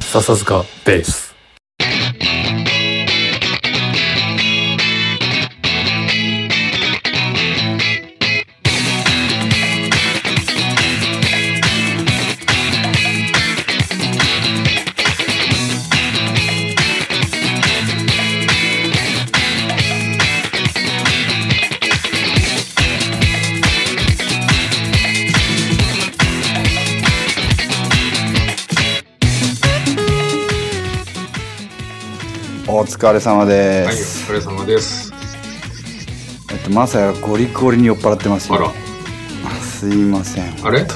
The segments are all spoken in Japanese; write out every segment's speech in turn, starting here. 笹塚ベースお疲れ様ではい、おす、疲れ様です。えっとまさやゴリゴリに酔っ払ってますあよら、すいませんあれ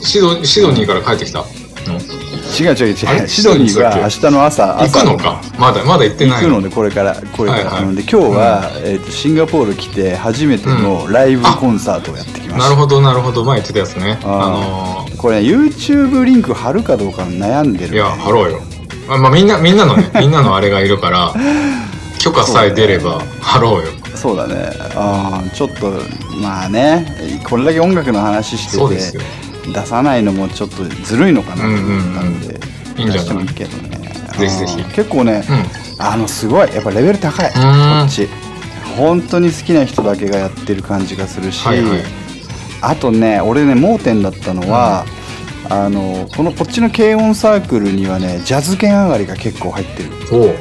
シドシドニーから帰ってきたの違う違うあ違うれシドニーが明日の朝行朝くのかまだ、まだ行ってな行いくのでこれからこれから、はいはいなんで今日は、えっとシンガポール来て初めてのライブコンサートをやってきまなしるほど、なるほど。前言ってたやつね。ああたこれ、ね、YouTube リンク貼るかどうか悩んでるのー、いや、貼ろうよ。まあ、まあ、みんな、みんな のね、みんなのあれがいるから、許可さえ出れば貼ろうよ。そうだねあーちょっとまあねこれだけ音楽の話してそうですよて出さないのもちょっとずるいのかなと思ったんで、うんうんうんいいん出じゃないしてもいいけどねぜひぜひあー結構ね、あのすごいやっぱレベル高いこんっち本当に好きな人だけがやってる感じがするし、はいはいあとね俺ね盲点だったのは、あのこのこっちの軽音サークルにはねジャズ圏上がりが結構入ってるおう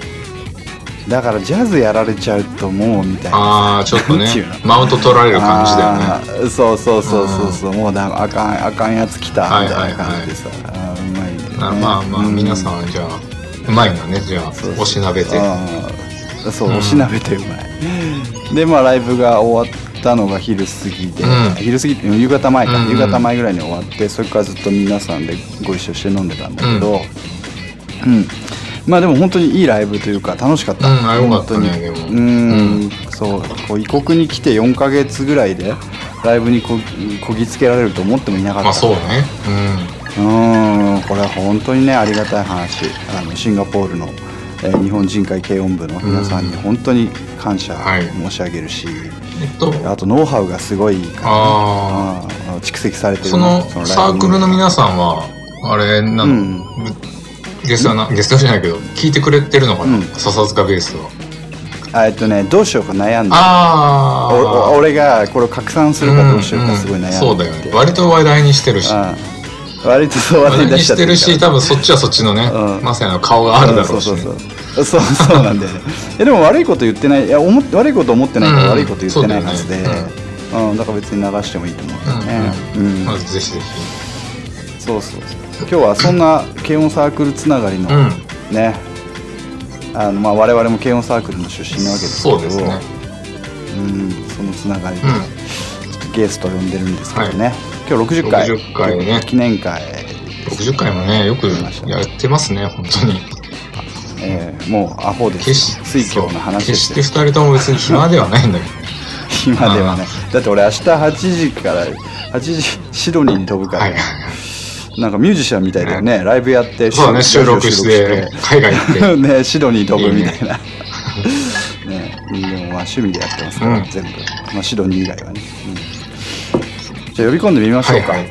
だからジャズやられちゃうともうみたいなああ、ちょっとねなんていうの、マウント取られる感じだよね。よねそうそうそうそうそう、もうだあかんあかんやつ来たはいみはいたはいな感いじでさ、あーうまいんだよねなまあまあ、う皆さん、じゃあ、うまいんだね、じゃあ、おしなべて。あーそう、うんおしなべてうまいでまあライブが終わったのが昼過ぎで、うん昼過ぎって夕方前か、うんうん夕方前ぐらいに終わってそれからずっと皆さんでご一緒して飲んでたんだけどうん、まあでも本当にいいライブというか楽しかった、うんあよかったね本当にでもうん、そうこう異国に来て4ヶ月ぐらいでライブにここぎつけられると思ってもいなかったまあ、そうね。ううん。ーんこれは本当にねありがたい話あのシンガポールの、えー日本人会軽音部の皆さんに本当に感謝はい申し上げるし、えっと、あとノウハウがすごいからあああー蓄積されてるそのライブにサークルの皆さんはあれなの、うんゲストなゲストじゃないけど聞いてくれてるのかな、うん笹塚ベースはあえっとねどうしようか悩んであおあお俺がこれを拡散するかどうしようかすごい悩んでて、そうだよね割と話題にしてるしうん割とそう話題話に出題にしちゃしっててるるからし多分そっちはそっちのね、うんまさやの顔があるだろうし、ね、そうそうそうそうそうなんだよねいやでも悪いこと言ってないいや思っ悪いこと思ってないからうん悪いこと言ってないはずで、うそんうだよねだから別に流してもいいと思うけどね、ううんんうんまずぜひぜひそうそうそう今日はそんな軽音サークルつながりの、うんねあのまあ我々も軽音サークルの出身なわけですけどそうですねうん、そのつながりで、うんちょっとゲストを呼んでるんですけどね、今日60回60回ね記念会60回もねよくやってますね本当にえーもうアホです決よし水そ郷うの話で決すしよて2人とも別に暇ではないんだけどね 今ではねだって俺明日8時から8時シドニーに飛ぶから、はいはいはいなんかミュージシャンみたいだよね、ライブやってそうだね収録して海外行って ねシドニーに飛ぶみたいな ねでもまあ趣味でやってますから、うん全部、まあ、シドニー以外はね、うんじゃあ呼び込んでみましょうか、はいはい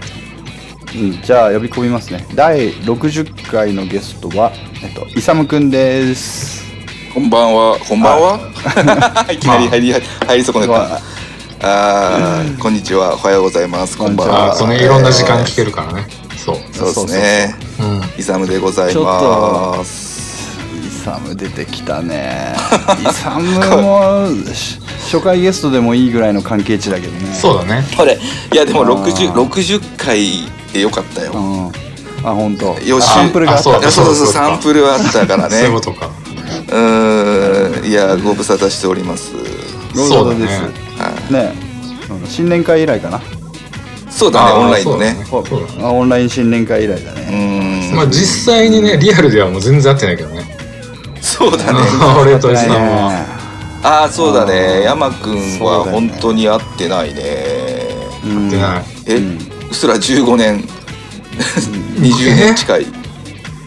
うん、じゃあ呼び込みますね第60回のゲストは、えっと、イサムくんですこんばんは、こんばんは。 いきなり入り、入り損ねた。あーこんにちは、おはようございます。こんばんあは。あ、そのいろんな時間に聞けるからね。そう。えー。そうですね。うん。イサムでございます。イサム出てきたねイサムもし初回ゲストでもいいぐらいの関係値だけどねそうだね。これ、いや、でも六あ十、ー六十回でよかったよ。ん、あ本当。よしサンプルがあっあそたういや、そうそうそう、そうかサンプルはあったか らそういうこね。とか。うーん、いや、ご無沙汰しております。そうだでねす。はいねうん新年会以来かなそうだね、あーオンラインのね。そうだね。あオンライン新年会以来だうね、ーん、まあ実際にね、リアルではもう全然会ってないけどね。そうだね。 俺と伊さんは。ねああ、そうだね。山くんそうはだよね本当に会ってないね。うん会ってない。え、うんうっすら15年20年近い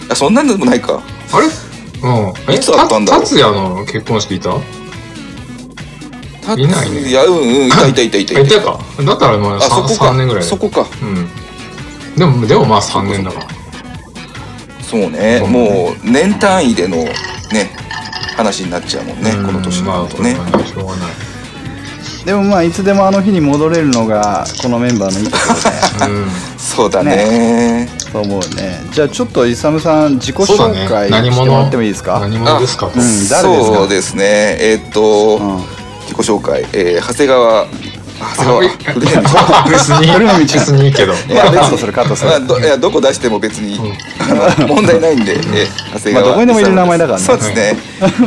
あそんなんでもないかあれうん。いつ会ったんだろう達也の結婚式いたあ、いないねいやうんうんいたいたいたいたいたか。だったらまああそこ3年ぐらかいだそよ。こかうん。でも、でもまあ3年だから。そうねそうねもう年単位でのね話になっちゃうもんねうんこの年にまなあ、るとね、これはしょうがない。でもまあいつでもあの日に戻れるのがこのメンバーのいいところでうんそうだね そう思うねじゃあちょっとイサムさん自己そうだ紹ね介何して者もらってもいいですか、何者ですかとう。ん誰ですかそうですねえーっと、うん自己紹介、えー、長谷川長あ 谷川古谷別に、古谷道別にいいけど。まあ、ベストするカットするまあ、どいやどこ出しても別に、あの 問題ないんで、えー長谷まあ川どこにでもいる名前だからねそうですね、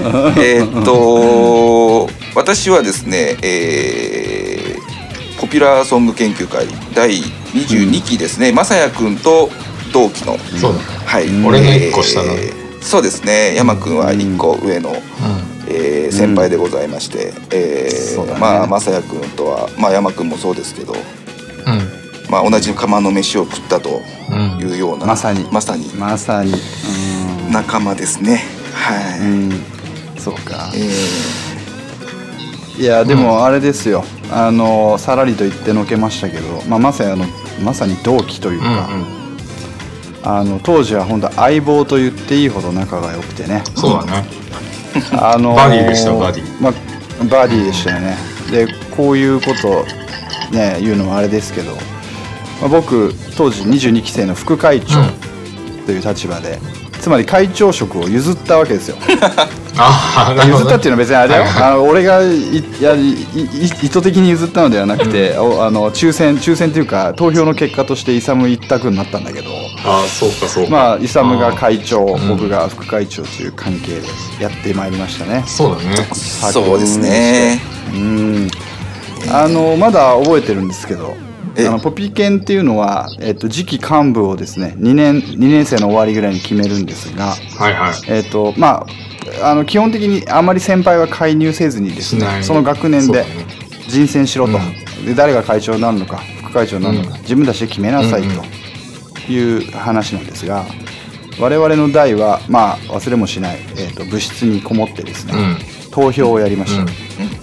えーっと私はですね、えーポピュラーソング研究会第22期ですね、まさやくんと同期の、そうだね。はい、俺の一個下だねそうですね山くんは一個上の、うんえー先輩でございまして、えーそうだねまあまさやくんとはまあ山くんもそうですけど、うん。まあ、同じ釜の飯を食ったとうんいうような、まさにまさにまさに仲間ですねはい、うん、うん、そうかえーいやでもあれですよ、あのさらりと言ってのけましたけど、まあ、まさにあのまさに同期といううか、んうん。あの当時は本当相棒と言っていいほど仲が良くてねそうだね。あのバディでしたバディまあ、バディでしたよねでこういうことね言うのもあれですけど、まあ、僕当時22期生の副会長という立場で、つまり会長職を譲ったわけですよああ、なるほ譲っどたっね。ていうのは別にあれだよ、はいはあの俺がいいやいいい意図的に譲ったのではなくて、おあの抽選抽選というか投票の結果として勇一択になったんだけどああ、そうかそうか。まあ勇があ会長ん僕が副会長という関係でやってまいりましたねあそうだね。そうですねうんあのまだ覚えてるんですけどあえのポピケンっていうのは、えっと、次期幹部をですね2年 ,2 年生の終わりぐらいに決めるんですが、はいはい。えっとまあ、あの基本的にあまり先輩は介入せずにですしなねいその学年そうでだね人選しろと、うで誰が会長になるのか副会長になるのか、うん自分たちで決めなさいという話なんですが、我々の代は、まあ、忘れもしない、えっと部室にこもってですね、うん投票をやりました。うん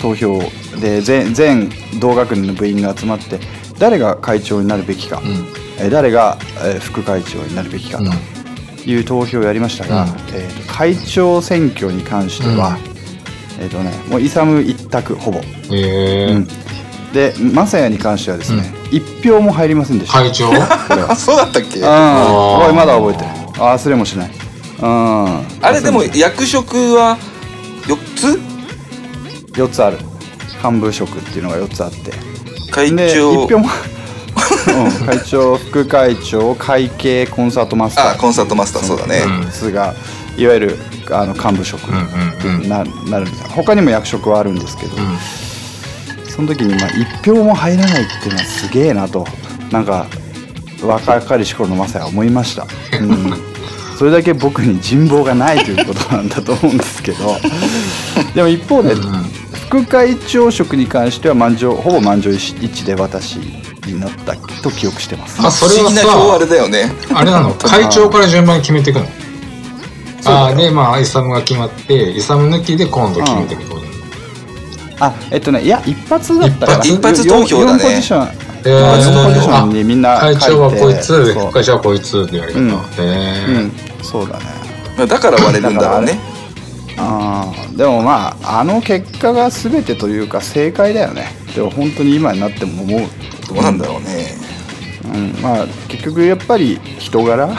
投票で全全同学年の部員が集まって誰が会長になるべきか、んえー誰が、えー副会長になるべきかうとんいう投票をやりましたが、うんえーと会長選挙に関しては、えっ、とねもう勇一択ほぼ、うええん。で雅也に関してはですね、一票も入りませんでした、会 長これはあそうだったっけうんあーおいまだ覚えてるあー忘れもしないうんあれでも役職は4 4つある幹部職っていうのが4つあってつ会で長一票も うん会長副会長会計コンサートマスターあコンサートマスターそうだね、うんですがいわゆるあの幹部職うんうんうん。にななるんです他にも役職はあるんですけど、うんその時にまあ一票も入らないっていうのはすげえなとなんか若かりし頃のマサヤは思いました、うん、 それだけ僕に人望がないということなんだと思うんですけどでも一方で副会長職に関しては満場ほぼ満場一致で私になったと記憶してますあ、そ不れ思は議な表あれさ、だよねあれなの、会長から順番に決めていくの。ああ、で、まあ、イサムが決まって、イサム抜きで今度決めていくこと。あえっとねいや一発だったから一発一発投票だね4ポジションえーあのポジションにみんな書い会て長はこいつ、そう副会長はこいつでやり方。うんへうえんそうだねだから割れるんだろうねあーでもまああの結果が全てというか正解だよねでも本当に今になっても思うどうなんだろうねうん、まあ結局やっぱり人柄 なん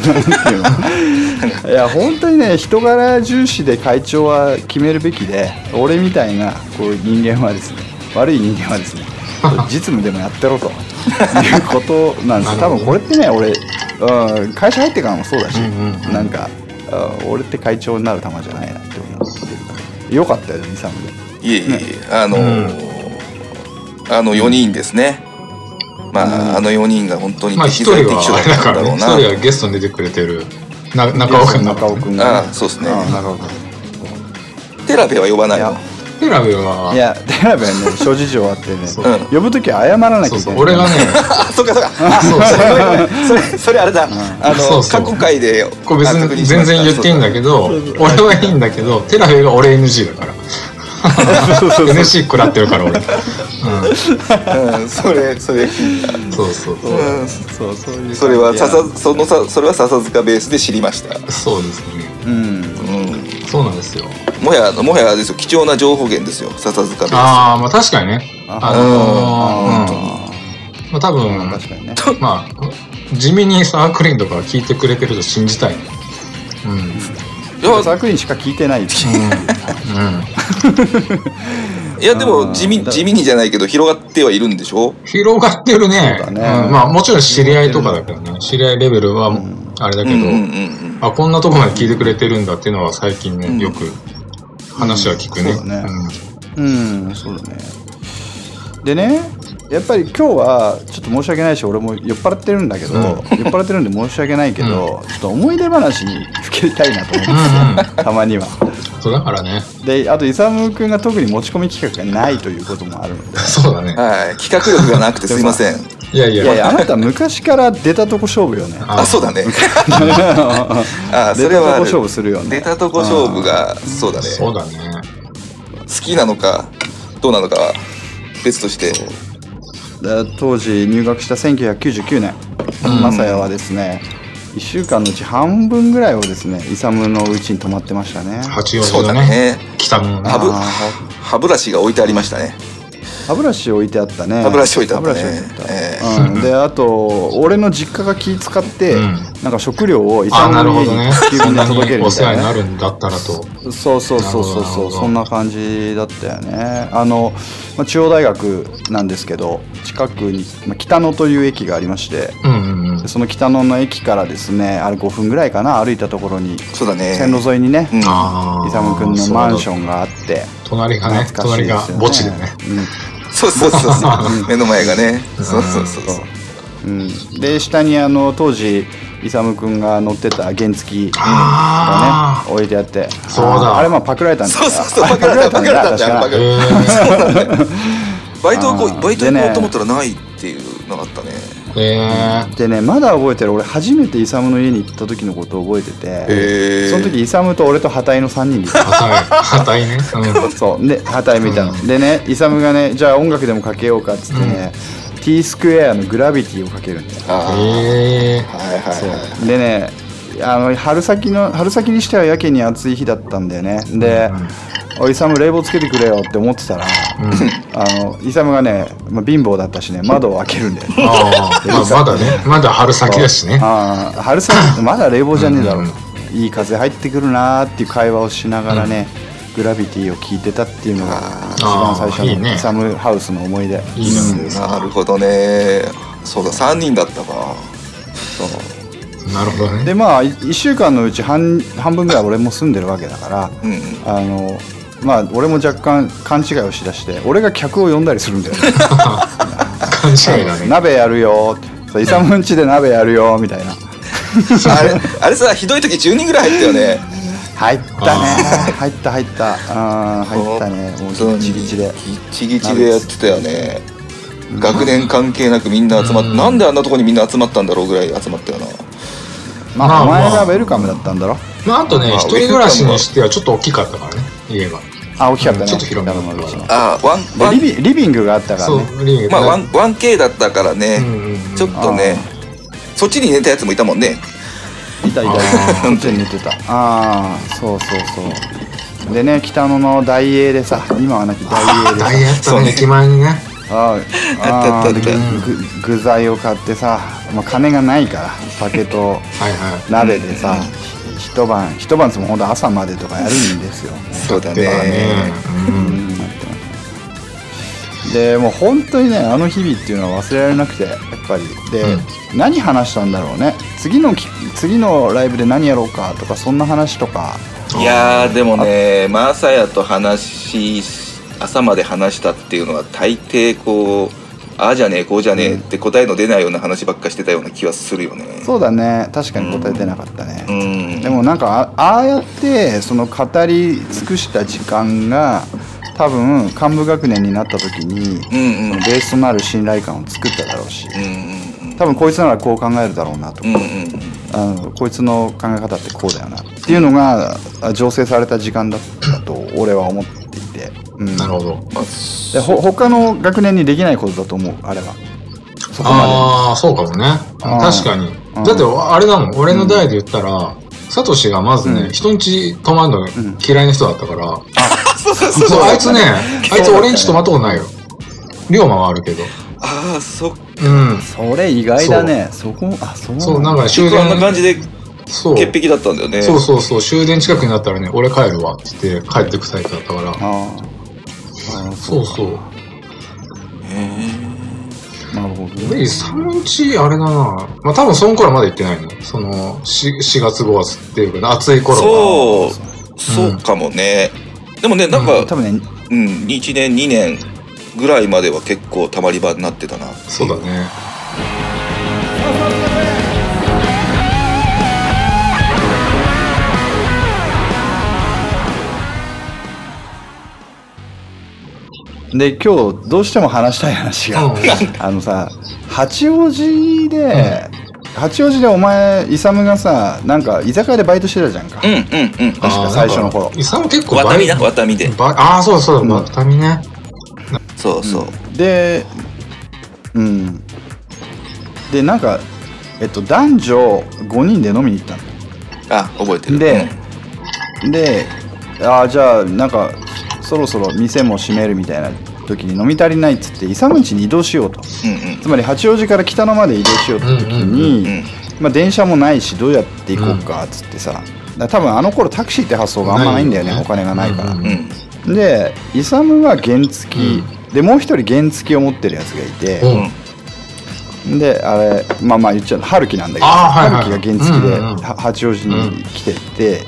ていうのいや本当にね人柄重視で会長は決めるべきで俺みたいなこう人間はですね悪い人間はですね実務でもやってろということなんです多分これってね俺、うん、会社入ってからもそうだし、うんうんうんなんか、うん俺って会長になる玉じゃないなって思ってるからよかったよね勇でいえいえいえあのーあの4人ですねまああの4人が本当にまあ、一適人材適所はだあれだったかんだらね、ろう一な人はゲストに出てくれてる。な中尾君だ中尾君が、ああそうですねん中尾君テラペは呼ばないいのやテラベはいや、テラベはね、諸事情あっ てね、う呼ぶときは謝らなきそゃういけそなうい。俺が ねあそうかそうかあそうそれごめんごめんそれ それあれだあそのうそう過去回でこれ別あ確認にし全ました然言っていいんだけど俺はいいんだけどテラベが俺 NG だから NC 食らってるから俺、うん、そうだうんそれそれそうそうそうう。んそうそういう感じやそれは笹そのさそれは笹塚ベースで知りました、そうですね。うんうん、そうなんですよ。もはやもはやあれですよ貴重な情報源ですよ笹塚ベーああ、まあ確かにね。ああのーうん。まあ多分、ー確かにねまあ、地味にサークリンとか聞いてくれてると信じたいね。うん。うん。スいやサークリンしか聞いてないですうん。いやであーも地味地味にじゃないけど広がってはいるんでしょ広がってるね。そうだうん、ねまあもちろん知り合いとかだけどね。知り合いレベルはんあれだうけんうんど、うんうんあ、こんなとこまで聞いてくれてるんだっていうのは最近うんね、よく話は聞くね。うんそうだねうんそうだねでねやっぱり今日はちょっと申し訳ないし俺も酔っ払ってるんだけど、うん酔っ払ってるんで申し訳ないけど、ちょっと思い出話にふけりたいなと思ってうん。うんうんたまにはそうだから ね。であとイサム君が特に持ち込み企画がないということもあるのでそうだね。はい企画力がなくてすいませんいやいや。いやいやあなた昔から出たとこ勝負よねあそうだ ねあそ出れたとはこある勝負するよ出ねたとこ勝負がそうだねそうだね。好きなのかどうなのかは別として だ当時入学した1999年、マサヤはですね1週間のうち半分ぐらいをですねイサムのうちに泊まってましたね八王そう子だのねね。北もね歯。ブあー歯ブラシが置いてありましたね歯ブラシ置いてあったね歯ブラシ置いてあったね歯ブラシ置いてあったえうん、であと俺の実家が気使って、うんなんか食料をイサあ、ムなるのほ家どにね。急そんにな届けにるおみ世た話いにななねるんだったらと。そうそうそうそうなるほどなそるほうどそんな感じだったよねあの、まあ、中央大学なんですけど近くに、まあ、北野という駅がありましてうんうんうんで。その北野の駅からですねあれ5分ぐらいかな歩いたところにーそうだね線路沿いにね、うんああ。イサム君のマンション。ンがあって隣が懐ね、かしい隣でがすよね墓地でね。そうそうそうそう目の前がねそうそうそうそううん、うん、で下にあの当時イサム君が乗ってた原付きがあね置いてあってそうだあーあれまあパクられたんだそうそうそうあれパクられたんだパクられたんだあ。よ確かへバイトをこあーうバでイト行こねうと思ったらないっていうのがあったねえ。へでねまだ覚えてる俺初めてイサムの家に行った時のことを覚えてて、へえその時イサムと俺とタイの3人で行ったえ。はたい。はたいね。うん。そうで旗みたいな、でねイサムがねじゃあ音楽でもかけようかっつってね、T スクエアのグラビティをかけるんだよあへえ。あはいはいはいそうでねあの春先の春先にしてはやけに暑い日だったんだよねで「おいイサム冷房つけてくれよ」って思ってたら、あのイサムがね、まあ、貧乏だったしね窓を開けるんだよねああ、まあまだね、まだ春先だしね。ああ春先ってまだ冷房じゃねえだろうんいい風入ってくるなーっていう会話をしながらね、グラビティを聞いてたっていうのが一番最あーい初いのねイサムハウスの思い出いいな。なるほどねそうだ3人だったかなるほどね。でまあ1週間のうち半半分ぐらい俺も住んでるわけだからうんうんあのまあ俺も若干勘違いをしだして俺が客を呼んだりするん だよね感謝だね。鍋やるよーそうイサムんちで鍋やるよーみたいなあれあれさひどい時10人ぐらい入ったよね入ったねー入った入ったあー入ったねもうギッチギチでギッチギチでやってたよね学年関係なくみんな集まってなんであんなとこにみんな集まったんだろうぐらい集まったよなままああお前まがあウェルカムだったんだろまああとね、一人暮らしにしてはちょっと大きかったからね、家が。あ大きかったねちょっと広めだっただかからあワンまワあリンビリビングがあったからそうね、リビングまあワン 1K だったからねうんうんうんちょっとねそっちに寝たやつもいたもんねいたいあたー本当に寝てたああそうそうそうでね北野の大英でさ今はなき大英でダイエットの駅前にね。あーああったあったあーったぐ具材を買ってさ、まあ、金がないから酒とはいはい。鍋でさ、ひ一晩一晩つも本当朝までとかやるんですよそうだではねね。うん。でもう本当にねあの日々っていうのは忘れられなくてやっぱりで、何話したんだろうね次のき次のライブで何やろうかとかそんな話とかいやーでもねマサヤと話し朝まで話したっていうのは大抵こうああじゃねえこうじゃねえって答えの出ないような話ばっかしてたような気はするよねそうだね確かに答えてなかったね、うんでもなんかあああやってその語り尽くした時間が多分幹部学年になった時に、うんうんベースとなる信頼感を作っただろうしうんうん多分こいつならこう考えるだろうなとかうんうんうあんのこいつの考え方ってこうだよなっていうのがあ醸成された時間だったと俺は思っていて、うん、なるほど。まあでほ他の学年にできないことだと思うあれはそこまああ、そうかもね。うん確かにうん。だって、あれだもん。俺の代で言ったら、サトシがまずうね、ん人んち泊まるのん嫌いな人だったから、そうそうそうそう、あいつね、あいつ俺んちそう泊まったことないよ。龍馬はあるけど。ああそっかうんで。それ意外だねそこあそうなんだそう、なんか終結構あんな電、感じでそう。潔癖だったんだよねそうそうそう、終電近くになったらね、俺帰るわって言って帰ってくタイプだったから。あああそうそう。うなるほどねで、そのうち、あれだな。まあ、多分その頃はまだ行ってないの。その、し4月5月っていうか、暑い頃は。そうそうかもね、でもねなんか、多分ねうん1年2年ぐらいまでは結構たまり場になってたなそうだね。で今日どうしても話したい話が、う あのさ八王子で、八王子でお前勇がさなんか居酒屋でバイトしてたじゃんか、うんうんうん確か最初の頃イサム結構ワタミなバワタミでバああ、そうそう、うんバタミね。そうそう、でうんでなんかえっと男女5人で飲みに行ったあ覚えてるでのでああじゃあなんかそろそろ店も閉めるみたいな時に飲み足りないっつって勇地に移動しようとうんうんつまり八王子から北野まで移動しようって時に、うんうんうんまあ、電車もないしどうやって行こうかっつってさ、だから多分あの頃タクシーって発想があんまないんだよねないよねお金がないから、うんうんうん で勇は原付き、でもう一人原付きを持ってるやつがいて、うん。であれまあまあ言っちゃう春樹なんだけど、あーはいはい春樹が原付きで、うんうんうんは八王子に来てて、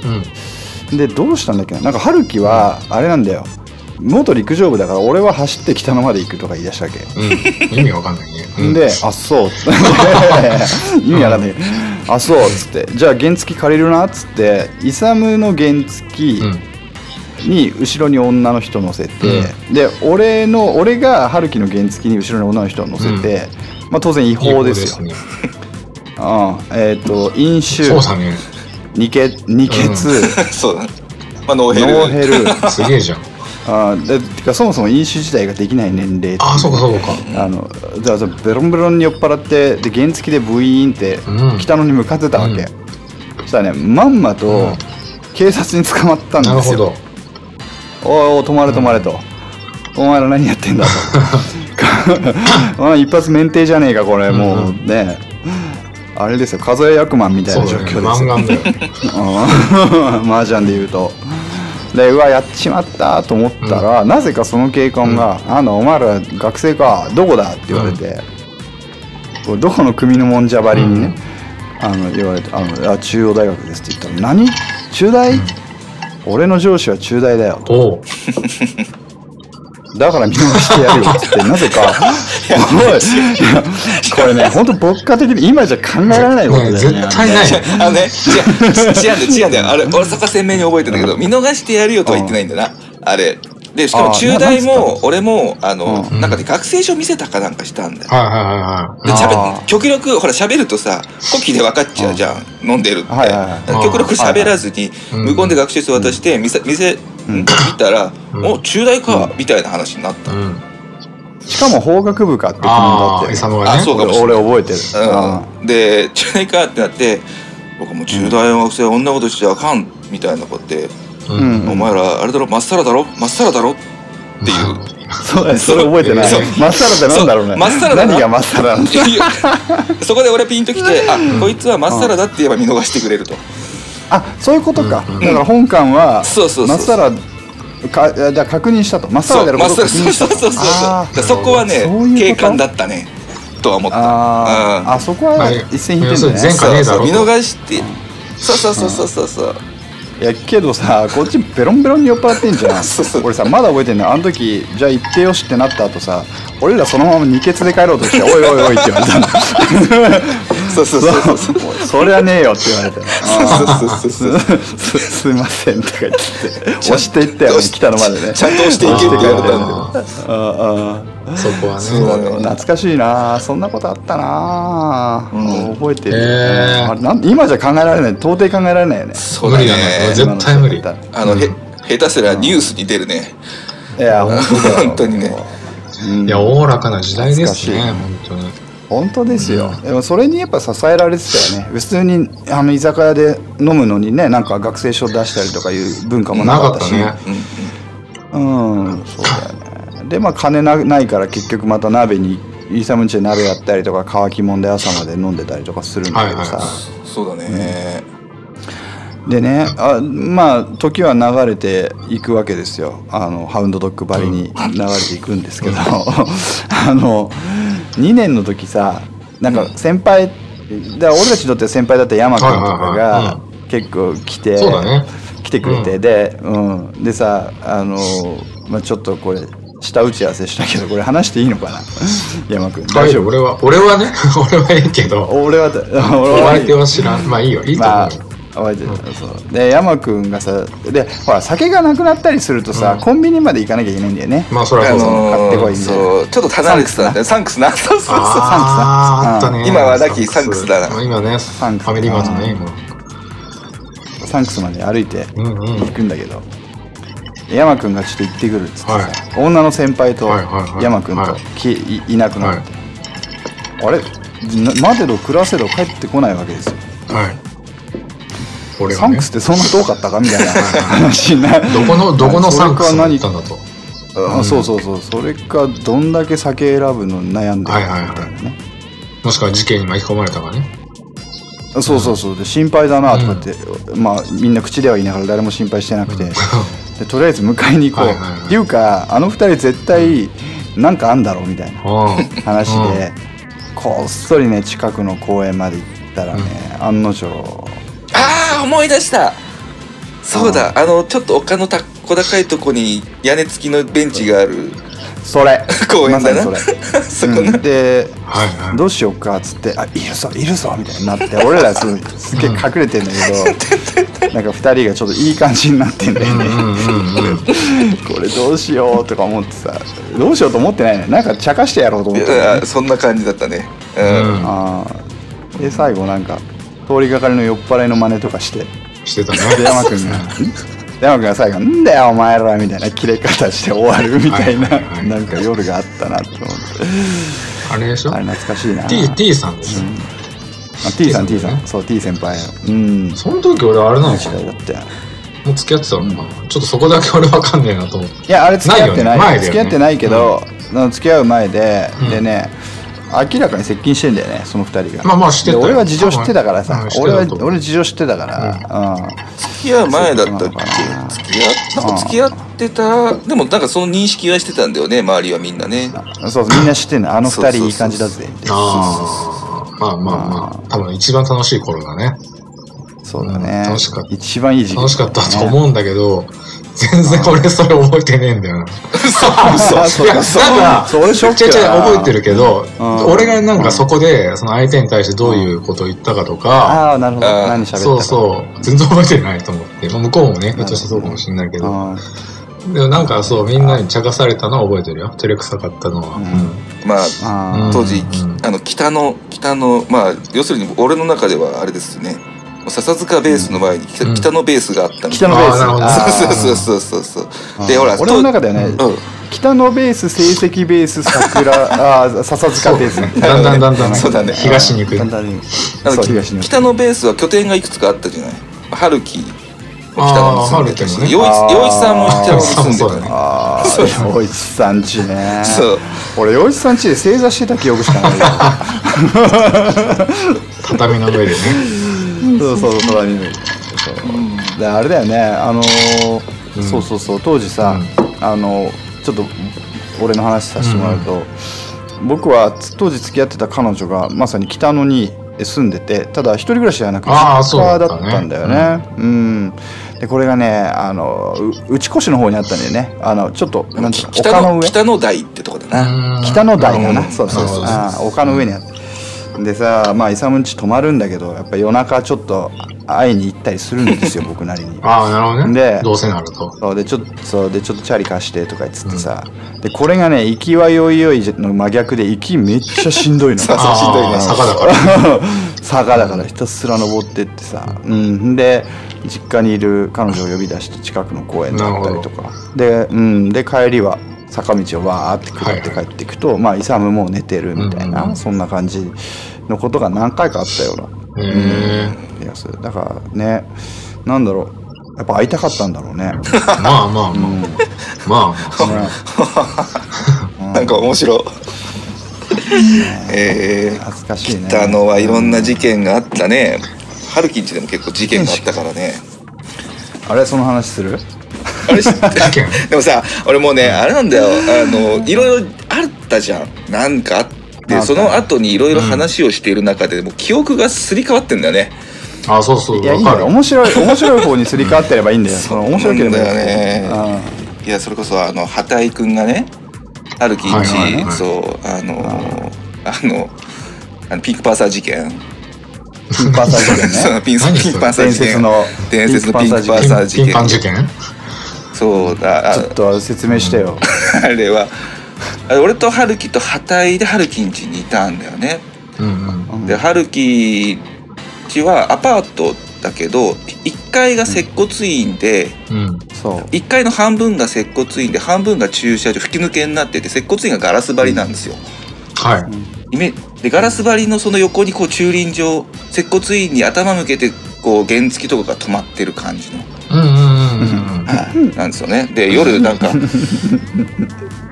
うん。でどうしたんだっけななんか春樹はあれなんだよ元陸上部だから俺は走って北野まで行くとか言い出したわけ、うん。意味わかんないね。うんで、あ、 そう。意味わかんない。あ、そう。つって。じゃあ、原付借りるな。っつって、イサムの原付うん。に後ろに女の人乗せて、で、俺の、俺が春樹の原付に後ろに女の人を乗せて、まあ当然違法ですよ。違法うん。えっと、飲酒、そうだね。二血、二血、そうだねまあノーヘルノーヘル。すげえじゃん。あでてかそもそも飲酒自体ができない年齢ああ、そうかそうか。あのだからベロンベロンに酔っ払ってで原付でブイーンってうん北野に向かってたわけ、そしたらねまんまうとん警察に捕まったんなるですほよど。 「おいおい止まれ止まれ」と「お前ら何やってん だ」と おい「一発免停じゃねえかこれもうねあれですよ数え役満みたいそなう状だ況ねです。よ漫画だよ。うん 麻雀で言うと。でうわやっちまったと思ったら、なぜかその警官が「あのお前ら学生かどこだ?」って言われて、こうどこの組のもんじゃばりにね、あの言われてあのあ中央大学です」って言ったら「何中大、俺の上司は中大だよ」とおう。だから見逃してやるよ」っつって なぜかすごいいやこれね本当牧歌的に今じゃ考えられないことだよねね絶対ない。 あのね、違う、違うんだよ、違うんだよ。あれ、俺そこは鮮明に覚えてんだけど、見逃してやるよとは言ってないんだな、あれ。で、しかあもー中大ななんつっも、俺も、あの、うんなんかね、学生証見せたかなんかしたんだよ。はいはいはいはい。で、あ喋ー極力、ほら、喋るとさ、呼気で分かっちゃうじゃん、飲んでるって。はいはいはい極力喋らずに、うん無言で学習室渡して、見せ、見せ、見たら、うんお、中大か、うみたいな話になった。うん。しかも法学部かって組んだっあてあ、イサムがあね。そうかもしれ俺ない俺覚えてる、うんうん、で中大かってなって僕もう中大の学生は女ことしちゃあかんみたいなことで、う。うんんお前らあれだろまっさらだろまっさらだろっていうそうだねそれ覚えてないそう。まっさらってなんだろうね。そうまっさらだな何がまっさらなのっていうそこで俺ピンときてあこいつはまっさらだって言えば見逃してくれるとあ、そういうことか。うんだから本館は、そうそうそまうっさら、かじゃあ確認したと。まっさらそであうるまこっとをさ確らそう認しそたうそうそうと。あだからそこはねそういうこと警官だったねとは思っーたあー、うんあそこは一線引いてんだ前ね。科ねえだそうろ見逃してそうそうそうそうそうそういやけどさ、こっちベロンベロンに酔っ払ってんじゃん そうそう。俺さ、まだ覚えてんの。あの時、じゃあ行ってよしってなった後さ、俺らそのまま二血で帰ろうとして、おいおいおいって言われたんだ。そうそうそうそうそうそりゃねえよって言われて。そう そうそすうすいませんとか言って押していったよね来たのまでねちゃんと押していけって言われたんだよあああーそこはそうだね。ね懐かしいなそんなことあったな、うん覚えてる、へえあれなん今じゃ考えられない到底考えられないよねそう無だ理だね。ね絶対無理。今の人だっあの、へ、下手すりゃニュースに出るね。たらいや本当だよ本当にねうんいや、おおらかな時代で懐かしすいね、本当に。本当ですよ、でもそれにやっぱ支えられてたよね普通にあの居酒屋で飲むのにねなんか学生証出したりとかいう文化もななかかっったたしね。うんそうだよねでまあ金なないから結局また鍋にイーサムンチで鍋やったりとか乾きもんで朝まで飲んでたりとかするんだけどさ、はいはいはそうだね、でねあまあ時は流れていくわけですよあのハウンドドッグばりに流れていくん ですけどあの2年の時さなんか先輩だから俺たちにとって先輩だった山君とかはいはいはいが結構来て、そうだね来てくれて、で、うん、でさあの、まあ、ちょっとこれ下打ち合わせしたけどこれ話していいのかな山君大大丈丈夫夫俺は、俺はね、 俺はいいけど、俺は 俺おは相手は知らん。まあいいよ、いいと思まあうよ。覚えてるそうで山君がさでほら酒がなくなったりするとさ、コンビニまで行かなきゃいけないんだよね、まあそりゃそあうだ。買ってこいみのー、たいなそうちょっと離れてたんだよサンクスなそうそうそうあーあったうね。ん今はラッキーサンクスだなまあ今ね、フサンクスァミリーマートね、サンクスまで歩いて今。うんうん。行くんだけど、山君がちょっと行ってくるっつってさ、はい女の先輩とはいはいはい山君とはいき、いいなくなって、あれな待てど暮らせど帰ってこないわけですよ、はい。俺サはンねク、スってそんな遠かったかみたいな話になるどこの、どこのサンクスそにれか行何ったんだと。あそうそうそうそれかどんだけ酒選ぶの悩んでるはいはいはいかみたいなねもしくは事件に巻き込まれたかね。そうそうそうで心配だなとかって、まあみんな口では言いながら誰も心配してなくて、 でとりあえず迎えに行こう、はいはいはいっていうかあの二人絶対なんかあんだろうみたいなう話で、こっそりね近くの公園まで行ったらね、案の定ああ思い出したそうだあのちょっと丘のた小高いとこに屋根付きのベンチがあるそれ公園だな、まさにそそこれ、な、うんでん。はいはい。どうしようかっつって「あいるぞいるぞ」みたいになって俺らすすげえ隠れてんだけどなんか二人がちょっといい感じになってんだよねうんうんうん。これどうしようとか思ってさどうしようと思ってないねなんか茶化してやろうと思ってたあそんな感じだったねうん、うんあーで最後なんか通りがかりの酔っ払いの真似とかして してたね。で山君 がん山君が最後「んだよお前ら」みたいな切れ方して終わるみたいなはいはいはいなんか夜があったなと思ってあれでしょあれ懐かしいな ?T、T さんでしょあ T さん T T ささんんねそう T 先輩うんその時俺あれなの時かな代だったよもう付き合ってたのかなちょっとそこだけ俺わかんねえなと思って。いやあれ付き合ってないないよね前だよね付き合ってないけど、あの付き合う前で、うんでね明らかに接近してんだよねその二人がまあまあ知ってたよで俺は事情知ってたからさ、うん知って俺たはと思う俺事情知ってたから、うん付き合う前だったっけそ付き合なんか付き合ってたでもなんかその認識はしてたんだよね周りはみんなねそうみんな知ってんのあのそうそ二うそ人いい感うじだぜみたいなああ。まあまあまあ。多分一番楽しい頃だね。そうだね、うん楽しかった一番いい時期楽しかったとう思うんだけど、全然俺それ覚えてねえんだよな。そう いそうや、なんか、それショックちゃちゃだな覚えてるけど、うん俺がなんかそこで、その相手に対してどういうことを言ったかとか、ああなるほどあー何喋ったかそうそう、全然覚えてないと思って、まあ向こうもね、ひょっとしてそうかもしれないけど、あでもなんかそう、みんなに茶化されたのは覚えてるよ。照れくさかったのは。うんうんまああうん当時、きうんあの北の北のまあ要するに俺の中ではあれですねもう笹塚ベースの前に北,、うん北のベースがあったみ北たいのなベーあースなるほどあー そうそうそうそうそうあーそうでほら俺の中ではね、とうん北のベース成績ベース桜あー笹塚ベースだんだんだんだん、そうだね東に行く。だんだんにあそのう東に北のベースは拠点がいくつかあったじゃないハルキ北あのー住んでたしハルキ洋も一あー洋一さんも北の住んでそうだたねねああ洋一さんちねそう俺洋一さんちで正座してた記憶しかないよ畳の 上でね。そうそうそう空に向いてそうであれだよねあのーうんそうそうそう当時さ、あのちょっと俺の話させてもらうと、僕は当時付き合ってた彼女がまさに北野に住んでてただ一人暮らしじゃなくてあー実そうだ家っただねったんだよねうん、でこれがねあのう内越の方にあったんだよねあのちょっとなんていうの丘北のの上北の台ってとこだな北の台だなるなほどそうそうそうなるほどああ丘の上にあって、でさまあ勇んち泊まるんだけどやっぱ夜中ちょっと会いに行ったりするんですよ僕な りにああ、なるほどね。でどうせなると。そうでちょっとそうでちょっとチャリ貸してとか言っつってさ、でこれがね行きはよいよいの真逆で行きめっちゃしんどいの そうそうしんどいねあー坂だから。 坂だからひたすら登ってってさ、うん、で実家にいる彼女を呼び出して近くの公園だったりとかで,、うん、で帰りは坂道をわーって下って帰っていくと、まあイサムもう寝てるみたいな、うんうんそんな感じのことが何回かあったようなへえ気がするだからねなんだろうやっぱ会いたかったんだろう ね、まあまあまあうんねまあまあなんか面 白いえー、懐かしいね北野はいろんな事件があったねハルキンチでも結構事件があったからねあれその話する あれ知って事件 でもさ俺もうねあれなんだよあのいろいろあったじゃんなんかあってその後にいろいろ話をしている中で、もう記憶がすり替わってんだよねあそうそういやいいんだわかよる面白い面白い方にすり替わってればいいん だよ、うんその面白ければいいそうなんだよねうんいやそれこそあの畑井くんがねハルキンチ、はいはいはいそうあのあのあのピンクパンサー事件、ピンパーサー事件そねうピン何そピれンクパンサー伝事説件の伝説のピンクパン事サ件ー事頻件繁事件そうだあちょっと説明してよ、あれはあれ俺とハルキと畑井でハルキンチにいたんだよねうんうんうんで春樹家はアパートだけど1階が接骨院でうんそう1階の半分が接骨院で半分が駐車場吹き抜けになってて接骨院がガラス張りなんですよ。はいイメでガラス張りのその横にこう駐輪場接骨院に頭向けてこう原付とかが止まってる感じの、うんうんうんうんはいなんですよね。で夜な んか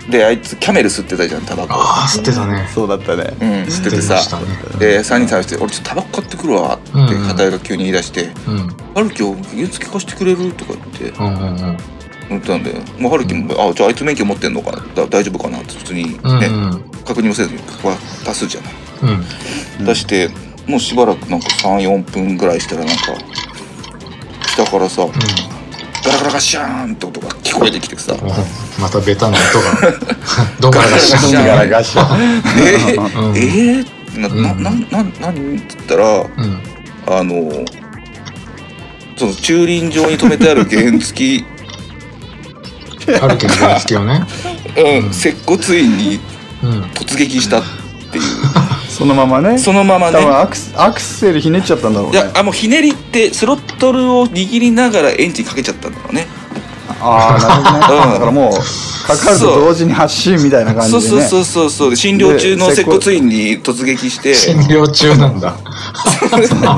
であいつキャメル吸ってたじゃんタバコ。ああ吸ってたねそうだったねうん吸吸っってててまさしたねで3人探して「俺ちょっとタバコ買ってくるわ」ってうんうん片井が急に言い出して。うんハルキを原付貸してくれるとか言ってうんうんうん言ってたんで、まあ、ハルキも「あじゃああいつ免許持ってんのかなだ大丈夫かな」って普通にね、うんうん確認もせずに出すじゃない、うん出してもうしばらくなんか34分ぐらいしたらなんか下からさガラガラガシャーンって音が聞こえてきてさうんまたベタな 音がどんからがしガちシャゃンうガラガシャ「えー、うんえー、ってなななな何?」って言ったらうんあのその駐輪場に止めてある原 付ハルキの原付を ねうん接骨院にうん突撃したっていう。そのままねそのまま多分ね。アクスアクセルひねっちゃったんだろういねや、あ、もうひねりって、スロットルを握りながらエンジンかけちゃったんだろうね。ああなるほどうんねだからもうかかると同時に発進みたいな感じでそうねそうそうそうそう、診療中ので接骨院に突 撃して。診療中なんだ